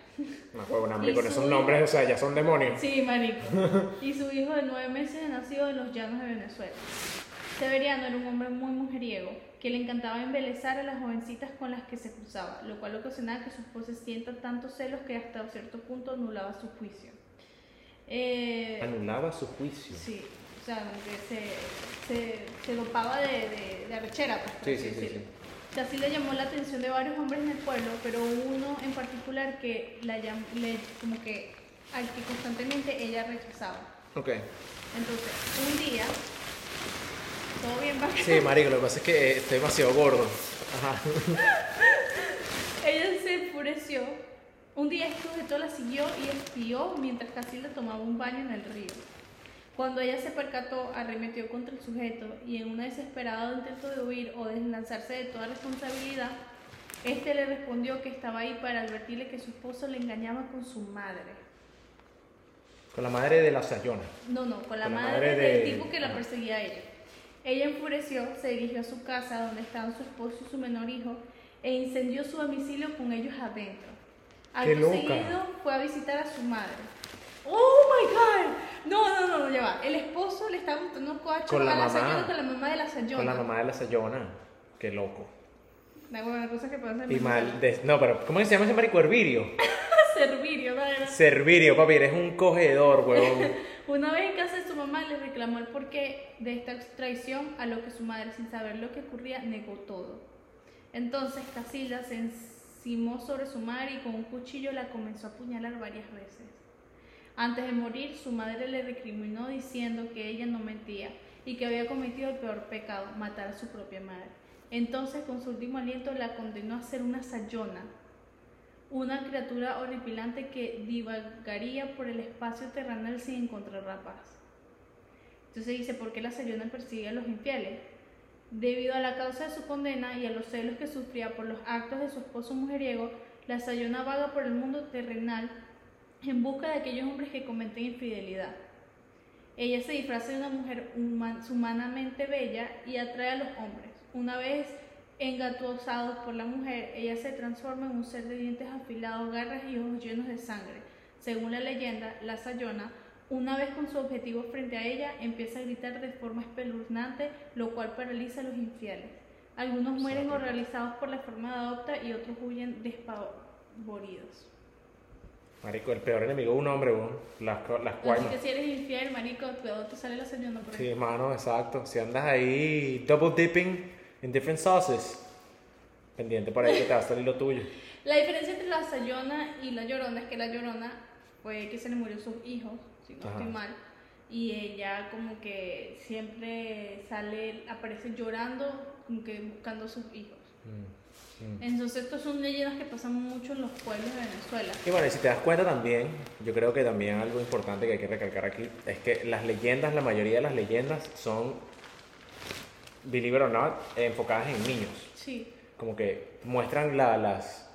No juego un
Y
hambre con esos
su-
nombres, o sea, ya son demonios.
Sí, marico. Y su hijo de nueve meses de nacido en los llanos de Venezuela. Severiano era un hombre muy mujeriego que le encantaba embelezar a las jovencitas con las que se cruzaba, lo cual ocasionaba que su esposa sienta tantos celos que hasta cierto punto anulaba su juicio. Eh,
Anulaba su juicio.
Sí, o sea, como que se, se, se dopaba de, de, de arrechera, pues, por
Sí,
así
sí, sí,
decirlo. Y Así le llamó la atención de varios hombres en el pueblo, pero uno en particular que la llam- le- como que al que constantemente ella rechazaba.
Ok.
Entonces, un día, todo bien bacán,
Sí, marico, lo que pasa es que eh, estoy demasiado gordo. Ajá.
ella se enfureció. Un día este sujeto la siguió y espió mientras Casilda tomaba un baño en el río. Cuando ella se percató, arremetió contra el sujeto y en un desesperado intento de huir o deslanzarse de toda responsabilidad, este le respondió que estaba ahí para advertirle que su esposo le engañaba con su madre.
Con la madre de la Sayona.
No, no, con la,
Con la
madre,
madre
del
de-
tipo que la
Ajá.
perseguía a ella. Ella enfureció, se dirigió a su casa donde estaban su esposo y su menor hijo e incendió su domicilio con ellos adentro.
¡Qué
Acto
loca!
seguido fue a visitar a su madre. ¡Oh my god! No, no, no, no, ya va. El esposo le estaba montando coacho
Con la
a la
mamá.
Sayona con la mamá de la Sayona.
Con la mamá de la Sayona. Qué loco.
Una buena cosa que pueden ser
Y mal. de- No, pero ¿cómo se llama ese marico? Hervirio.
Servirio, ¿no? Era-
Servirio, papi, eres un cogedor, huevón.
Una vez en casa de su mamá le reclamó el porqué de esta traición, a lo que su madre, sin saber lo que ocurría, negó todo. Entonces Casilda se encimó sobre su madre y con un cuchillo la comenzó a apuñalar varias veces. Antes de morir, su madre le recriminó diciendo que ella no mentía y que había cometido el peor pecado, matar a su propia madre. Entonces, con su último aliento, la condenó a ser una sayona, una criatura horripilante que divagaría por el espacio terrenal sin encontrar la paz. Entonces dice, ¿por qué la Sayona persigue a los infieles? Debido a la causa de su condena y a los celos que sufría por los actos de su esposo mujeriego, la Sayona vaga por el mundo terrenal en busca de aquellos hombres que cometen infidelidad. Ella se disfraza de una mujer huma- humanamente bella y atrae a los hombres. Una vez engatuosados por la mujer, ella se transforma en un ser de dientes afilados, garras y ojos llenos de sangre. Según la leyenda, la Sayona, una vez con su objetivo frente a ella, empieza a gritar de forma espeluznante, lo cual paraliza a los infieles. Algunos mueren
Sácalo.
horrorizados por la forma de adopta y otros huyen despavoridos.
Marico, el peor enemigo de un hombre, huevón. Las, co- las
Así
cuaimas.
que si eres infiel, marico, cuidado, te sale la Sayona por ahí.
Sí, mano, exacto. Si andas ahí double dipping in different sauces, pendiente por ahí que te va a salir lo tuyo.
La diferencia entre la Sayona y la Llorona es que la Llorona fue que se le murió sus hijos, si no
Ajá.
estoy mal, y ella como que siempre sale, aparece llorando, como que buscando a sus hijos.
Mm, mm.
Entonces, estas son leyendas que pasan mucho en los pueblos de Venezuela.
Y bueno, y si te das cuenta también, yo creo que también algo importante que hay que recalcar aquí es que las leyendas, la mayoría de las leyendas son, believe it or not, enfocadas en niños.
Sí,
como que muestran la- las,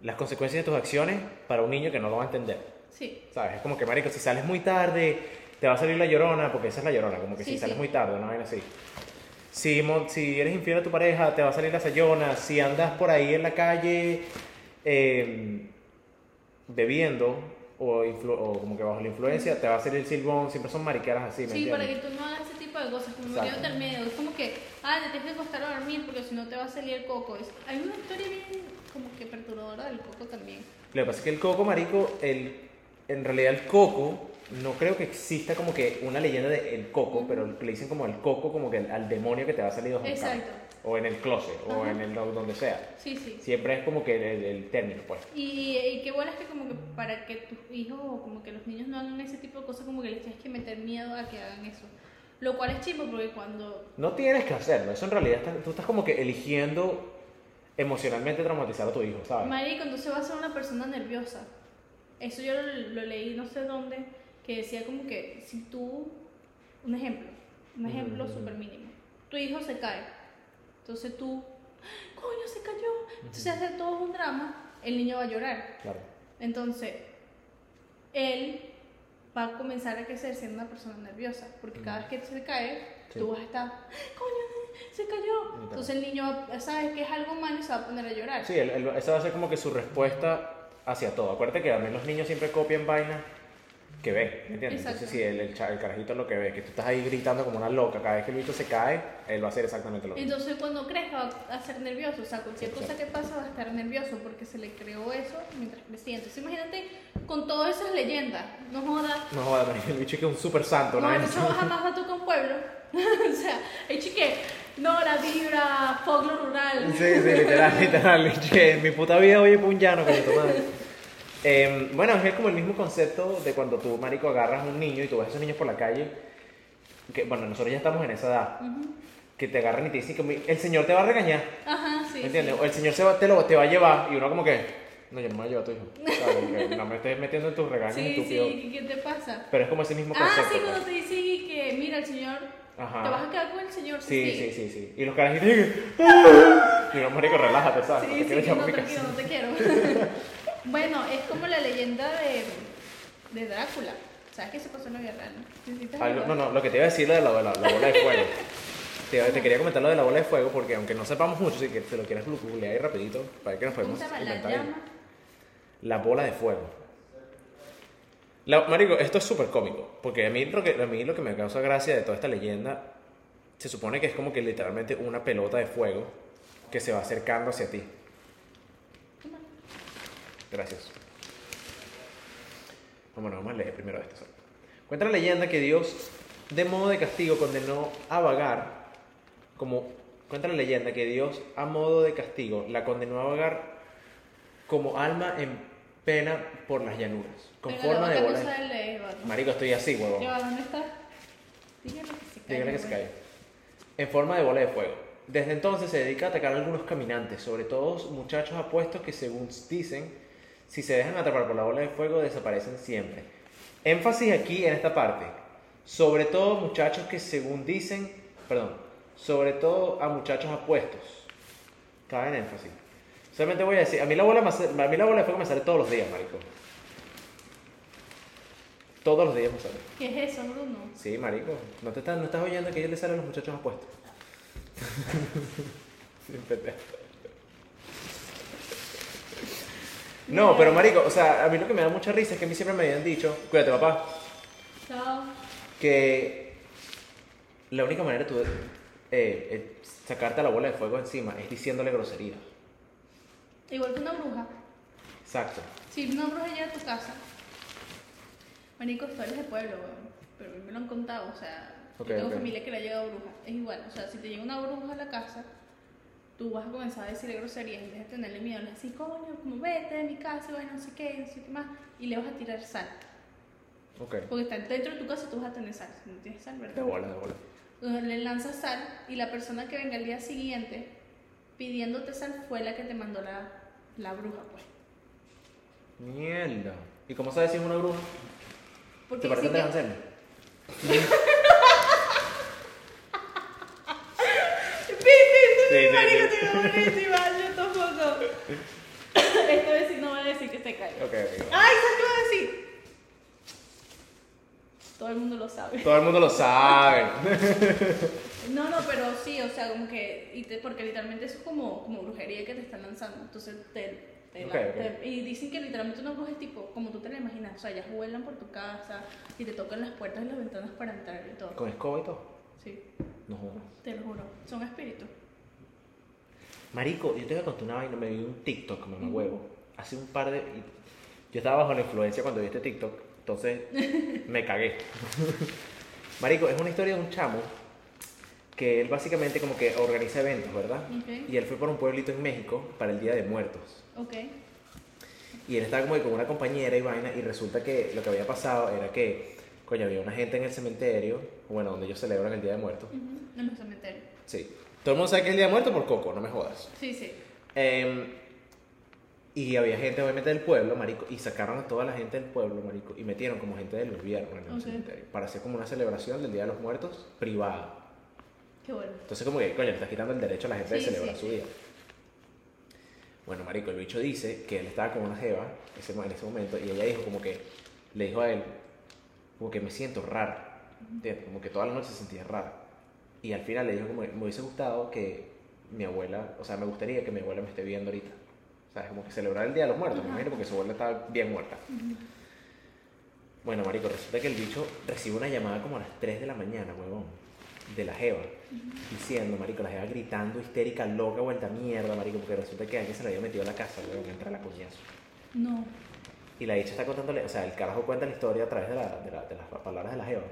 las consecuencias de tus acciones para un niño que no lo va a entender.
Sí.
¿Sabes? Es como que, marico, si sales muy tarde, te va a salir la llorona, porque esa es la llorona, como que
Sí,
si sales
sí.
muy tarde, una vaina así. Si, mo- si eres infiel a tu pareja, te va a salir la sayona. Si andas por ahí en la calle eh, bebiendo o, influ- o como que bajo la influencia, te va a salir el silbón. Siempre son mariqueras así, ¿me
Sí, para que
entiendes?
tú no hagas ese tipo de cosas, como
Exacto.
metiéndote al miedo. Es como que, ah, te tienes que acostar a dormir porque si no te va a salir el coco. Es- hay una historia bien como que perturbadora del coco también.
Lo que pasa es que el coco, marico, el, en realidad el coco, no creo que exista como que una leyenda de el coco, pero le dicen como el coco, como que al, al demonio que te va a salir de
Exacto.
O en el closet, o
Ajá.
en el donde sea.
Sí, sí.
Siempre es como que el, el término, pues.
Y, y qué bueno es que como que para que tus hijos o como que los niños no hagan ese tipo de cosas, como que les tienes que meter miedo a que hagan eso. Lo cual es chimbo porque cuando...
No tienes que hacerlo, eso en realidad está- tú estás como que eligiendo emocionalmente traumatizar a tu hijo, ¿sabes?
Marico, entonces va a ser una persona nerviosa. Eso yo lo, lo leí no sé dónde, que decía como que si tú... Un ejemplo, un ejemplo
Ujú.
súper mínimo. Tu hijo se cae, entonces tú... ¡Ah! ¡Coño, se cayó! Entonces hace todo un drama, el niño va a llorar.
Claro.
Entonces, él va a comenzar a crecer siendo una persona nerviosa, porque cada vez que se cae,
Sí.
tú vas a estar, coño, se cayó.
Literal.
Entonces el niño, va- sabes que es algo humano y se va a poner a llorar.
Sí, el- el- esa va a ser como que su respuesta hacia todo. Acuérdate que también los niños siempre copian vainas que ven, ¿me entiendes?
Exacto.
Entonces, si el, el, cha- el carajito es lo que ve, que tú estás ahí gritando como una loca, cada vez que el bicho se cae, él va a hacer exactamente lo mismo.
Entonces cuando crezca va a ser nervioso, o sea, cualquier cosa que pasa va a estar nervioso porque se le creó eso mientras crecía. Entonces imagínate con todas esas leyendas, no jodas.
No joda, marico, el bicho que es un super santo, ¿no?
No, eso jamás va a tocar un pueblo. o sea, el chique, no, la vibra, folclore rural.
Sí, sí, literal, literal. Che, mi puta vida hoy es un llano, coño, tu madre. Em, bueno, es como el mismo concepto de cuando tú, marico, agarras a un niño y tú ves a esos niños por la calle. Que, bueno, nosotros ya estamos en esa edad. Que te agarran y te dicen que el señor te va a regañar.
Ajá, sí.
¿Me entiendes? O el señor se va, te, lo, te va a llevar y uno como que, no, yo no me voy a llevar a tu hijo. ¿Sabes? Como que, no me estés metiendo en tus regaños,
Sí,
estúpido.
sí, ¿qué qué te pasa?
Pero es como ese mismo
Ah,
concepto.
sí,
pues.
cuando te dicen y que mira, el señor,
Ajá.
te vas a quedar con el señor.
sí, sí,
sí,
sí, sí. Y los carajitos ¡Ah! Y uno, marico, relájate, ¿sabes?
Sí,
no te
sí,
quiero llevar
no,
a mi casa.
tranquilo, no te quiero. bueno, es como la leyenda de, de Drácula. ¿Sabes qué se pasó en la guerra? ¿no?
Ah, no, no, no, lo que te iba a decir lo de la, la- la bola de fuego. Te, te quería comentar lo de la bola de fuego porque aunque no sepamos mucho, si que te lo quieres googlear ahí rapidito, para ver que nos
¿Cómo
podemos
se llama? La
inventar ahí.
llama.
La bola de fuego. La- marico, esto es súper cómico, porque a mí, lo que, a mí lo que me causa gracia de toda esta leyenda, se supone que es como que literalmente una pelota de fuego que se va acercando hacia ti.
Toma.
Gracias. Bueno, vamos a leer primero esto. ¿sabes? Cuenta la leyenda que Dios, de modo de castigo, condenó a vagar, como cuenta la leyenda que Dios, a modo de castigo, la condenó a vagar como alma en pena por las llanuras, con
Venga,
forma
la
de
vaca
bola.
No
de-
sale de Eva, ¿no?
Marico, estoy así, huevón.
Eva, ¿dónde está? Dígale que se pues. cae.
Dígale que se cae. En forma de bola de fuego. Desde entonces se dedica a atacar a algunos caminantes, sobre todo muchachos apuestos que según dicen, si se dejan atrapar por la bola de fuego desaparecen siempre. Énfasis aquí en esta parte. Sobre todo muchachos que según dicen, perdón, sobre todo a muchachos apuestos. Cabe en énfasis. Solamente voy a decir, a mí la bola, me hace- a mí la bola de fuego me sale todos los días, marico. Todos los días me sale.
¿Qué es eso, Bruno?
Sí, marico. ¿No, te estás, no estás oyendo que ellos le salen los muchachos apuestos? Siempre te- No, pero marico, o sea, a mí lo que me da mucha risa es que a mí siempre me habían dicho, cuídate papá,
Chao.
que la única manera de tú, eh, eh, sacarte la bola de fuego encima es diciéndole groserías.
Igual que una bruja.
Exacto.
Si una bruja llega a tu casa, marico, tú eres de pueblo, weón. Pero me lo han contado, o sea, yo
Ok,
tengo
ok.
familia que le ha llegado bruja. Es igual, o sea, si te llega una bruja a la casa, tú vas a comenzar a decirle groserías en vez de tenerle miedo. Le decís, coño, como vete de mi casa, bueno, no sé qué, no sé qué más. Y le vas a tirar sal.
Ok.
Porque está dentro de tu casa, tú vas a tener sal. Si no tienes sal,
De
¿verdad?
bola, de bola.
Le lanzas sal y la persona que venga al día siguiente pidiéndote sal fue la que te mandó la, la bruja, pues.
Mierda. ¿Y cómo sabes si es una bruja? ¿Te
Porque
parece
sí
a
que-
Hansel?
Sí, sí, sí,
Sí, sí,
marico,
sí.
tú es buenísima, yo tampoco. Este vecino va a decir que se cae.
Ok, ok. va.
¡Ay, ¿sabes qué va a decir? Todo el mundo lo sabe.
Todo el mundo lo sabe.
No, no, pero sí, o sea, como que. y te- porque literalmente eso es como, como brujería que te están lanzando. Entonces te. te la-
Ok, ok.
te- y dicen que literalmente unos brujes tipo, como tú te lo imaginas, o sea, ellas vuelan por tu casa y te tocan las puertas y las ventanas para entrar y todo.
Con escoba y todo.
Sí,
No jodas.
te lo juro. Son espíritus.
Marico, yo te voy a contar una vaina, me vi un TikTok, mamá huevo. Hace un par de. Yo estaba bajo la influencia cuando vi este TikTok, entonces me cagué. Marico, es una historia de un chamo que él básicamente como que organiza eventos, ¿verdad?
Ok.
Y él fue por un pueblito en México para el Día de Muertos.
Ok.
Y él estaba como que con una compañera y vaina, y resulta que lo que había pasado era que, coño, había una gente en el cementerio, bueno, donde ellos celebran el Día de Muertos.
Ujú, En los cementerios.
Sí. Todo el mundo sabe que es el Día de Muertos por Coco, no me jodas.
Sí, sí.
Em, y había gente, obviamente, del pueblo, marico, y sacaron a toda la gente del pueblo, marico, y metieron como gente del gobierno en el
Ok.
cementerio para hacer como una celebración del Día de los Muertos privada.
Qué bueno.
Entonces, como que, coño, le estás quitando el derecho a la gente
Sí,
de celebrar
sí,
su
sí.
día. Bueno, marico, el bicho dice que él estaba con una jeva ese mo- en ese momento, y ella dijo como que, le dijo a él, como que me siento raro, ¿entiendes? Como que toda la noche se sentía raro. Y al final le dijo como que me hubiese gustado que mi abuela, o sea, me gustaría que mi abuela me esté viendo ahorita. ¿Sabes? Como que celebrar el Día de los Muertos, me
Ajá.
imagino, porque su abuela estaba bien muerta. Bueno, marico, resulta que el bicho recibe una llamada como a las 3 de la mañana, huevón, de la jeva, diciendo, marico, la jeva gritando, histérica, loca, vuelta mierda, marico, porque resulta que alguien se la había metido a la casa, huevón, entra la coñazo.
No.
Y la dicha está contándole, o sea, el carajo cuenta la historia a través de, la- de la- de las palabras de la jeva.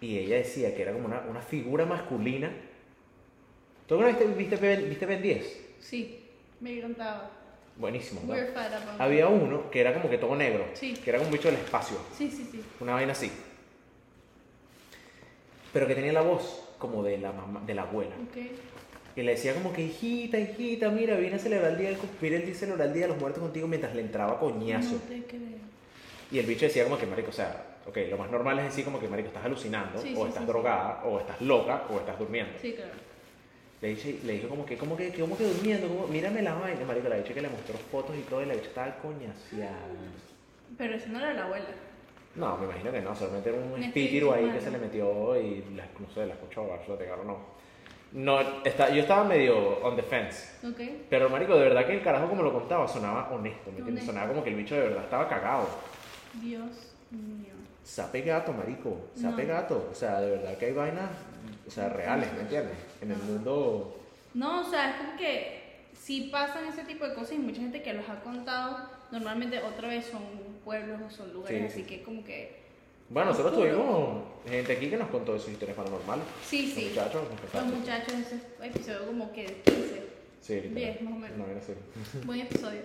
Y ella decía que era como una, una figura masculina. ¿Tú alguna vez te- viste, Ben- viste Ben 10?
Sí. Me encantaba.
Buenísimo, ¿no?
We're fat about it.
Había uno que era como que todo negro,
Sí.
que era como un bicho del espacio.
Sí, sí, sí.
una vaina así. Pero que tenía la voz como de la mamá, de la abuela.
Ok.
Y le decía como que, hijita, hijita, mira, vine a celebrar el día, del cum- vine a celebrar el día de los muertos contigo mientras le entraba coñazo.
No te creo.
Y el bicho decía como que, marico, o sea, ok, lo más normal es decir como que, marico, estás alucinando,
Sí,
o
sí,
estás
sí,
drogada, o estás loca, o estás durmiendo.
Sí, claro.
Le, dije, le dijo como que, como que, como que durmiendo, como, mírame la vaina, marico, la bicha que le mostró fotos y todo, y la bicha estaba coñaseada.
Pero esa no era la abuela.
No, me imagino que no, solamente era un
Un
espíritu ahí que
espíritu
se le
malo.
metió y la, no sé, la escuchó o la pegaron no. No, está, yo estaba medio on the fence.
Ok.
Pero marico, de verdad que el carajo como lo contaba sonaba honesto, ¿me entiendes?
Honesto.
Sonaba como que el bicho de verdad estaba cagado.
Dios mío.
Sape gato, marico, sape
No.
gato. O sea, de verdad que hay vainas, o sea, reales, ¿me entiendes? En el
No.
mundo...
No, o sea, es como que sí pasan ese tipo de cosas y mucha gente que los ha contado, normalmente otra vez son pueblos o son lugares,
Sí, sí.
así que como que...
Bueno, nosotros
Oscuro.
tuvimos gente aquí que nos contó de sus historias paranormales.
Sí,
Los
sí.
muchachos, nos
Los
contaron.
muchachos, ese episodio como que 15.
Sí, literal.
Diez, más o menos.
Una vaina así.
Buen episodio.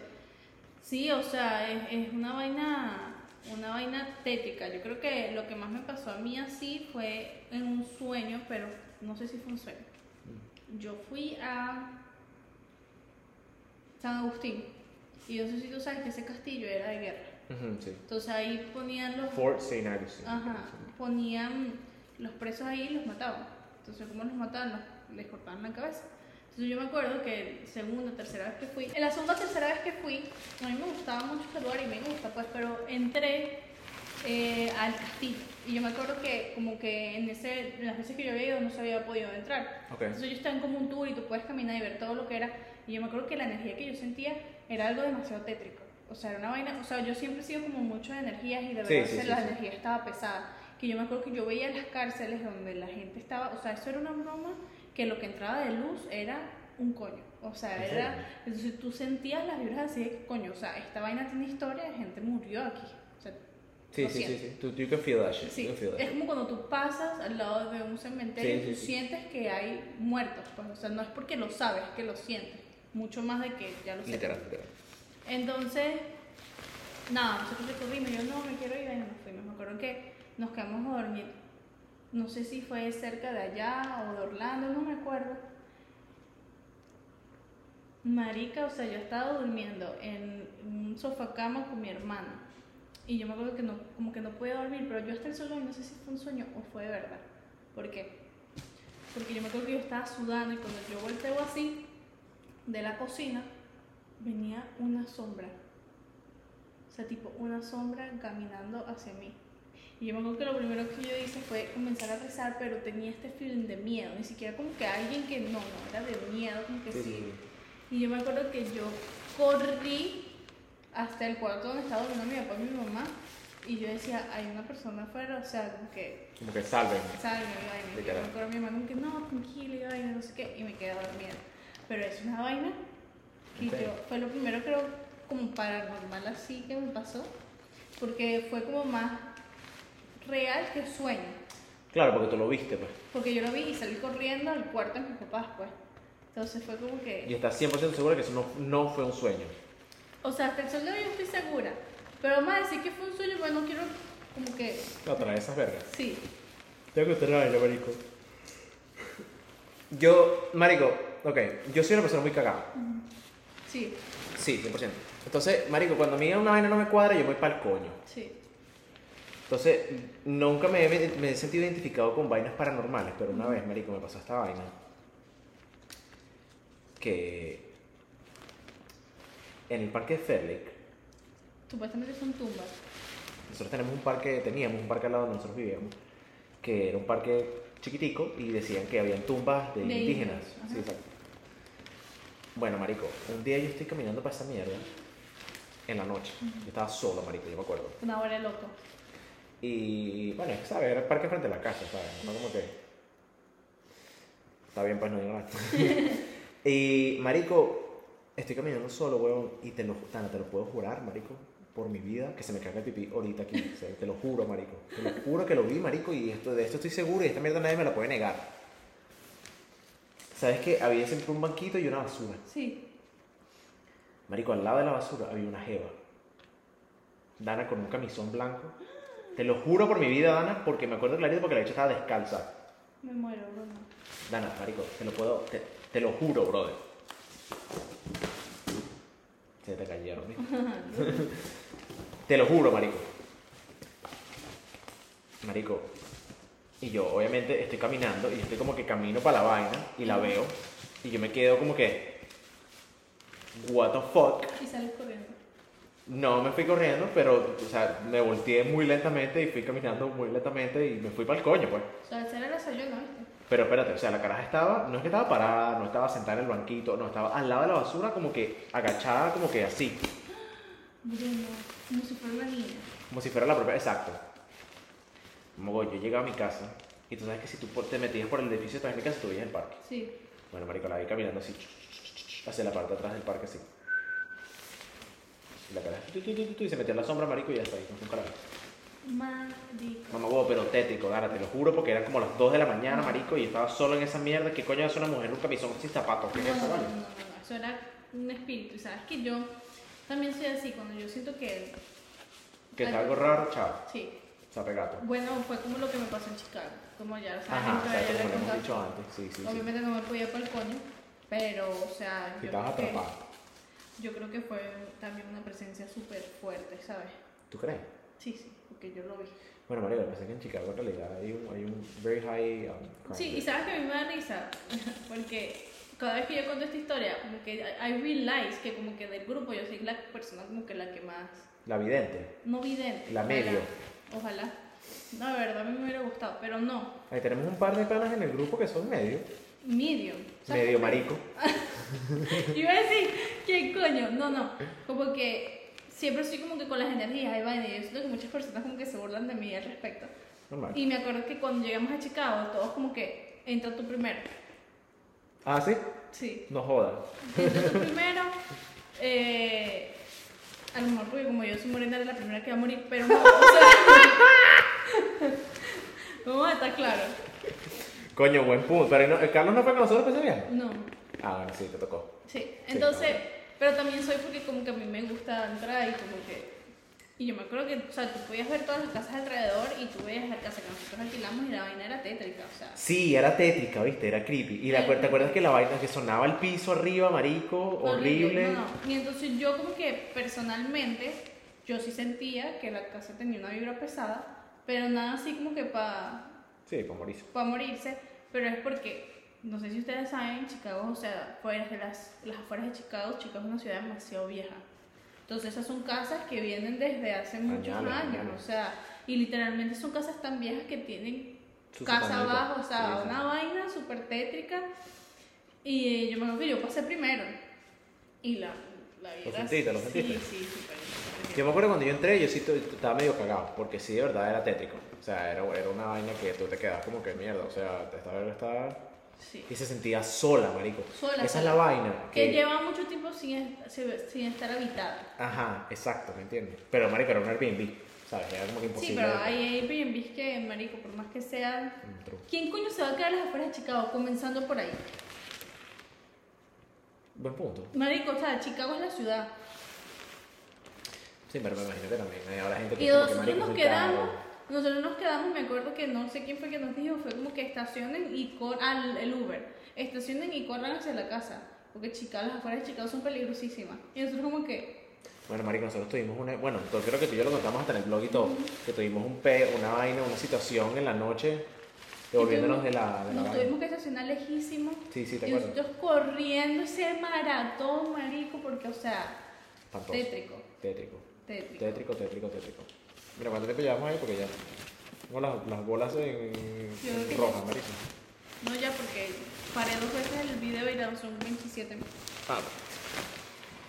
Sí, o sea, es, es una vaina una vaina tétrica. Yo creo que lo que más me pasó a mí así fue en un sueño, pero no sé si fue un sueño. Yo fui a San Agustín y yo no sé si tú sabes que ese castillo era de guerra.
Ujú, sí.
Entonces ahí ponían los
Fort St. Augustine.
Ajá, ponían los presos ahí y los mataban. Entonces, ¿cómo los mataban? Los- les cortaban la cabeza. Entonces, yo me acuerdo que segunda, tercera vez que fui, en la segunda, tercera vez que fui, a mí me gustaba mucho este lugar y me gusta, pues, pero entré eh, al castillo. Y yo me acuerdo que, como que en ese, en las veces que yo había ido, no se había podido entrar.
Ok.
Entonces, yo estaba en como un tour y tú puedes caminar y ver todo lo que era. Y yo me acuerdo que la energía que yo sentía era algo demasiado tétrico. O sea, era una vaina, o sea, yo siempre he sido como mucho de energías y de
Sí,
verdad
sí,
se
sí,
la
sí.
energía estaba pesada. Que yo me acuerdo que yo veía las cárceles donde la gente estaba, o sea, eso era una broma que lo que entraba de luz era un coño. O sea,
¿En
era.
serio?
Entonces tú sentías las vibras así de que, coño, o sea, esta vaina tiene historia, la gente murió aquí. O sea,
Sí,
lo
sí, sí,
siento.
sí. Tú, you can feel that shit.
Sí,
You can feel that
es
shit.
como cuando tú pasas al lado de un cementerio
Sí,
y tú
sí, sí.
sientes que hay muertos, pues, o sea, no es porque lo sabes, es que lo sientes, mucho más de que ya lo sabes.
Literal, literal.
Entonces, nada, nosotros recorrimos, yo no me quiero ir, y nos fuimos. Me acuerdo que nos quedamos a dormir, no sé si fue cerca de allá o de Orlando, no me acuerdo. Marica, o sea, yo estaba durmiendo en un sofá cama con mi hermana. Y yo me acuerdo que no, como que no podía dormir, pero yo hasta el sol de hoy no sé si fue un sueño o fue de verdad. ¿Por qué? Porque yo me acuerdo que yo estaba sudando y cuando yo volteo así, de la cocina venía una sombra. O sea, tipo una sombra caminando hacia mí. Y yo me acuerdo que lo primero que yo hice fue comenzar a rezar, pero tenía este feeling de miedo. Ni siquiera como que alguien que no, no, era de miedo, como que sí. Y yo me acuerdo que yo corrí hasta el cuarto donde estaba durmiendo mi papá y mi mamá. Y yo decía, hay una persona afuera, o sea, como que
Como que salven.
¿sabes? Y me- y me
Literal.
acuerdo a mi hermano como que no, tranquilo, y vaina, no sé qué, y me quedé dormida. Pero es una vaina que
Ok.
yo, fue lo primero creo como paranormal así que me pasó, porque fue como más real que sueño,
Claro, porque tú lo viste, pues.
porque yo lo vi y salí corriendo al cuarto de mis papás, pues. Entonces fue como
Y
que,
estás 100% segura que eso no, no fue un sueño.
o sea, hasta el sol de hoy yo estoy segura, pero vamos a decir que fue un sueño, porque no quiero como que,
No, trae esas vergas.
sí,
Tengo que tener marico. Yo, marico, ok, yo soy una persona muy cagada.
sí,
Sí, 100%. Entonces, marico, cuando a mí una vaina no me cuadra, yo voy para el coño.
sí.
Entonces, nunca me, he- me he sentido identificado con vainas paranormales, pero una vez, marico, me pasó esta vaina. Que en el parque de Ferlic,
Supuestamente son tumbas.
nosotros tenemos un parque, teníamos un parque al lado donde nosotros vivíamos, que era un parque chiquitico y decían que habían tumbas de,
De
indígenas.
indios, ajá.
Sí, exacto. Bueno, marico, un día yo estoy caminando para esa mierda en la noche. Yo estaba solo, marico, yo me acuerdo.
Una hora loco.
Y bueno, es que, ¿sabes? Era el parque frente a la casa, ¿sabes? No como que. Está bien, pues no digo nada. y, Marico, estoy caminando solo, weón. Y te lo, Tana, te lo puedo jurar, Marico, por mi vida, que se me caga el pipí ahorita aquí. o sea, te lo juro, Marico. Te lo juro que lo vi, Marico. Y esto, de esto estoy seguro. Y esta mierda nadie me la puede negar. ¿Sabes qué? Había siempre un banquito y una basura.
Sí.
Marico, al lado de la basura había una jeva. Dana con un camisón blanco. Te lo juro por mi vida, Dana, porque me acuerdo clarito porque la hecha estaba descalza.
Me muero, broma.
Dana, marico, te lo puedo... Te, te lo juro, brother. Se te cayeron, ¿viste? Te lo juro, marico. Marico. Y yo, obviamente, estoy caminando y estoy como que camino para la vaina y la veo. Y yo me quedo como que... What the fuck?
Y sales corriendo.
No me fui corriendo, pero o sea, me volteé muy lentamente y fui caminando muy lentamente y me fui para el coño, pues.
O sea, ese era el desayuno, ¿viste?
Pero espérate, o sea, la caraja estaba, no es que estaba parada, no estaba sentada en el banquito, no, estaba al lado de la basura como que agachada, como que así,
Bruno, como si fuera una niña.
como si fuera la propia, exacto. Mogo, yo llegaba a mi casa y tú sabes que si tú por- te metías por el edificio atrás de mi casa, tú veías el parque.
Sí.
Bueno, marico, la vi caminando así, ch, ch, ch, ch, hacia la parte de atrás del parque así. Y la caraja, tu, tu, tu, tu, tu, y se metió en la sombra, marico, y ya está ahí, nunca la vi.
Marico.
Mamá, huevo, pero tétrico, Dara, te lo juro, porque eran como las 2 de la mañana, marico, y yo estaba solo en esa mierda. ¿Qué coño hace una mujer en un camisón sin zapatos? ¿Qué
No,
es
no,
eso,
no,
vale?
no, no, no, Eso era un espíritu. Y sabes que yo también soy así. Cuando yo siento que.
Que está algo raro, chao,
Sí.
zapegato.
Bueno, fue como lo que me pasó en Chicago. Como ya lo sabes,
Ajá,
que
exacto,
ya lo he
como lo hemos
contado.
dicho antes, sí, sí, sí.
Obviamente no me podía por el coño. Pero, o sea.
Y
yo
estabas
creo que-
atrapado.
Yo creo que fue también una presencia súper fuerte, ¿sabes?
¿Tú crees?
Sí, sí, porque yo lo vi.
Bueno, marico, lo que pasa es que en Chicago en realidad hay un, hay un very high... um, crime
Sí, y
rate.
sabes que a mí me da risa, porque cada vez que yo cuento esta historia, como que I I realize que como que del grupo yo soy la persona como que la que más
La vidente.
no vidente.
La
ojalá,
medio.
Ojalá. No, de verdad a mí me hubiera gustado, pero no.
Ahí tenemos un par de panas en el grupo que son medio,
Medium. ¿sabes?
medio marico.
Yo iba a decir, ¿qué coño? No, no. Como que siempre soy como que con las energías, ahí va, y yo siento que muchas personas como que se burlan de mí al respecto.
Normal.
Y me acuerdo que cuando llegamos a Chicago, todos como que, entra tú primero.
Ah, ¿sí?
Sí.
No jodas.
Entonces, primero, eh, a lo mejor porque como yo soy morena, era la primera que va a morir, pero no, o sea, vamos a estar claros.
Coño, buen punto. Pero no- Carlos no fue con nosotros para ese viaje.
No,
Ah, bueno, sí, te tocó.
sí. Entonces, pero también soy porque como que a mí me gusta entrar y como que... Y yo me acuerdo que, o sea, tú podías ver todas las casas alrededor y tú veías la casa que nosotros alquilamos y la vaina era tétrica, o sea...
Sí, era tétrica, viste, era creepy. Y la, ¿te acuerdas que la vaina que sonaba el piso arriba, marico, horrible?
No, no. Y entonces yo como que personalmente, yo sí sentía que la casa tenía una vibra pesada, pero nada así como que para
Sí, para morirse.
pa morirse, pero es porque no sé si ustedes saben, Chicago, o sea, fuera de las, las afueras de Chicago, Chicago es una ciudad demasiado vieja. Entonces esas son casas que vienen desde hace muchos
Añales,
años,
añales.
o sea, y literalmente son casas tan viejas que tienen
Su
casa
zapallito.
abajo, o sea,
Sí, sí.
una vaina súper tétrica. Y eh, yo me acuerdo que yo pasé primero. Y la, la vi
¿Lo
era-
sentiste, lo
sí,
sentiste?
Sí, súper, súper
Yo me acuerdo cuando yo entré, yo sí tu- estaba medio cagado, porque sí, de verdad era tétrico. O sea, era, era una vaina que tú te quedas como que mierda. O sea, te estaba, estaba.
Sí.
Y se sentía sola, marico.
Sola,
Esa es
sola.
la vaina.
Que lleva mucho tiempo sin, est- se- sin estar habitada.
Ajá, exacto, ¿me entiendes? Pero marico, era un Airbnb, ¿sabes? Era como que
Sí,
imposible.
pero hay Airbnb que, marico, por más que sea...
Mm, true.
¿Quién coño se va a quedar a las afueras de Chicago? Comenzando por ahí.
Buen punto.
Marico, o sea, Chicago es la ciudad.
Sí, pero me imagino que también hay ahora gente que
Y
es como que,
nosotros
marico,
nos
soy
quedamos,
caro.
nosotros nos quedamos, me acuerdo que no sé quién fue que nos dijo, fue como que estacionen y corran el Uber, estacionen y corran hacia la casa, porque Chicago, las afueras de Chicago son peligrosísimas. Y nosotros como que,
Bueno, marico, nosotros tuvimos una... Bueno, entonces creo que tú y yo lo contamos hasta en el blog y todo. Que tuvimos un pe, una vaina, una situación en la noche, devolviéndonos de la... De la
nos
vaina.
tuvimos que estacionar lejísimos.
Sí, sí, te
y
acuerdas.
nosotros corriendo ese maratón, marico, porque, o sea,
Espantoso.
tétrico,
Tétrico.
tétrico.
Tétrico, tétrico, tétrico. Mira, ¿cuánto tiempo llevamos ahí? Porque ya tengo las, las bolas en,
Yo creo que
en rojas,
ya-
marico.
No ya porque paré dos veces el video y eran son 27
Ah,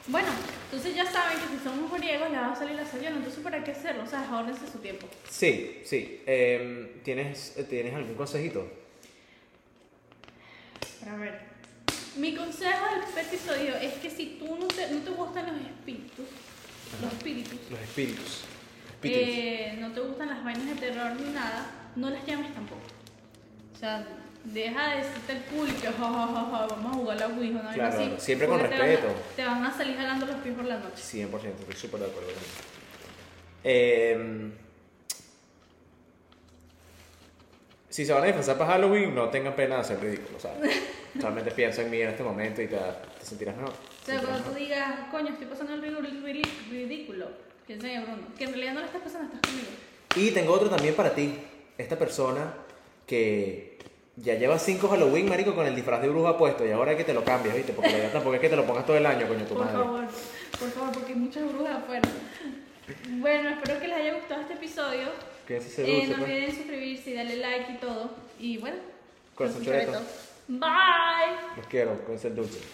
Bueno, entonces ya saben que si somos griegos le va a salir la sayona, entonces ¿para qué hacerlo? O sea, ahorrense su tiempo.
sí, sí. Em, ¿tienes, ¿Tienes algún consejito?
Para ver. Mi consejo del este episodio es que si tú no te, no te gustan los espíritus, los espíritus,
Los espíritus. Espíritus.
eh, no te gustan las vainas de terror ni nada, no las llames tampoco. O sea, deja de decirte al público, "Ja, ja, ja, ja, vamos a jugar la Ouija, una vaina
Claro,
así,
claro, siempre con
porque te van a-
respeto.
Te van a salir jalando los pies por la noche.
100%, estoy súper de acuerdo con eso. Eh, si se van a disfrazar para Halloween, no tengan pena de hacer ridículo, ¿sabes? Solamente piensa en mí en este momento y te, te sentirás mejor.
O sea,
Sentirás
cuando tú
mejor.
digas, coño, estoy pasando el ridículo, ridículo piensa en Bruno, que en realidad no lo estás pasando, estás conmigo.
Y tengo otro también para ti. Esta persona que ya lleva cinco Halloween, marico, con el disfraz de bruja puesto y ahora es que te lo cambias, ¿viste? Porque la verdad tampoco es que te lo pongas todo el año, coño, tu
Por
madre.
favor, por favor, porque hay muchas brujas afuera. Bueno, espero que les haya gustado este episodio.
Que ese se
Eh,
dulce,
no
pues.
olviden suscribirse y darle like y todo. Y bueno,
Corazón
los
choreto.
choretos. Bye.
Los quiero, con ese dulce.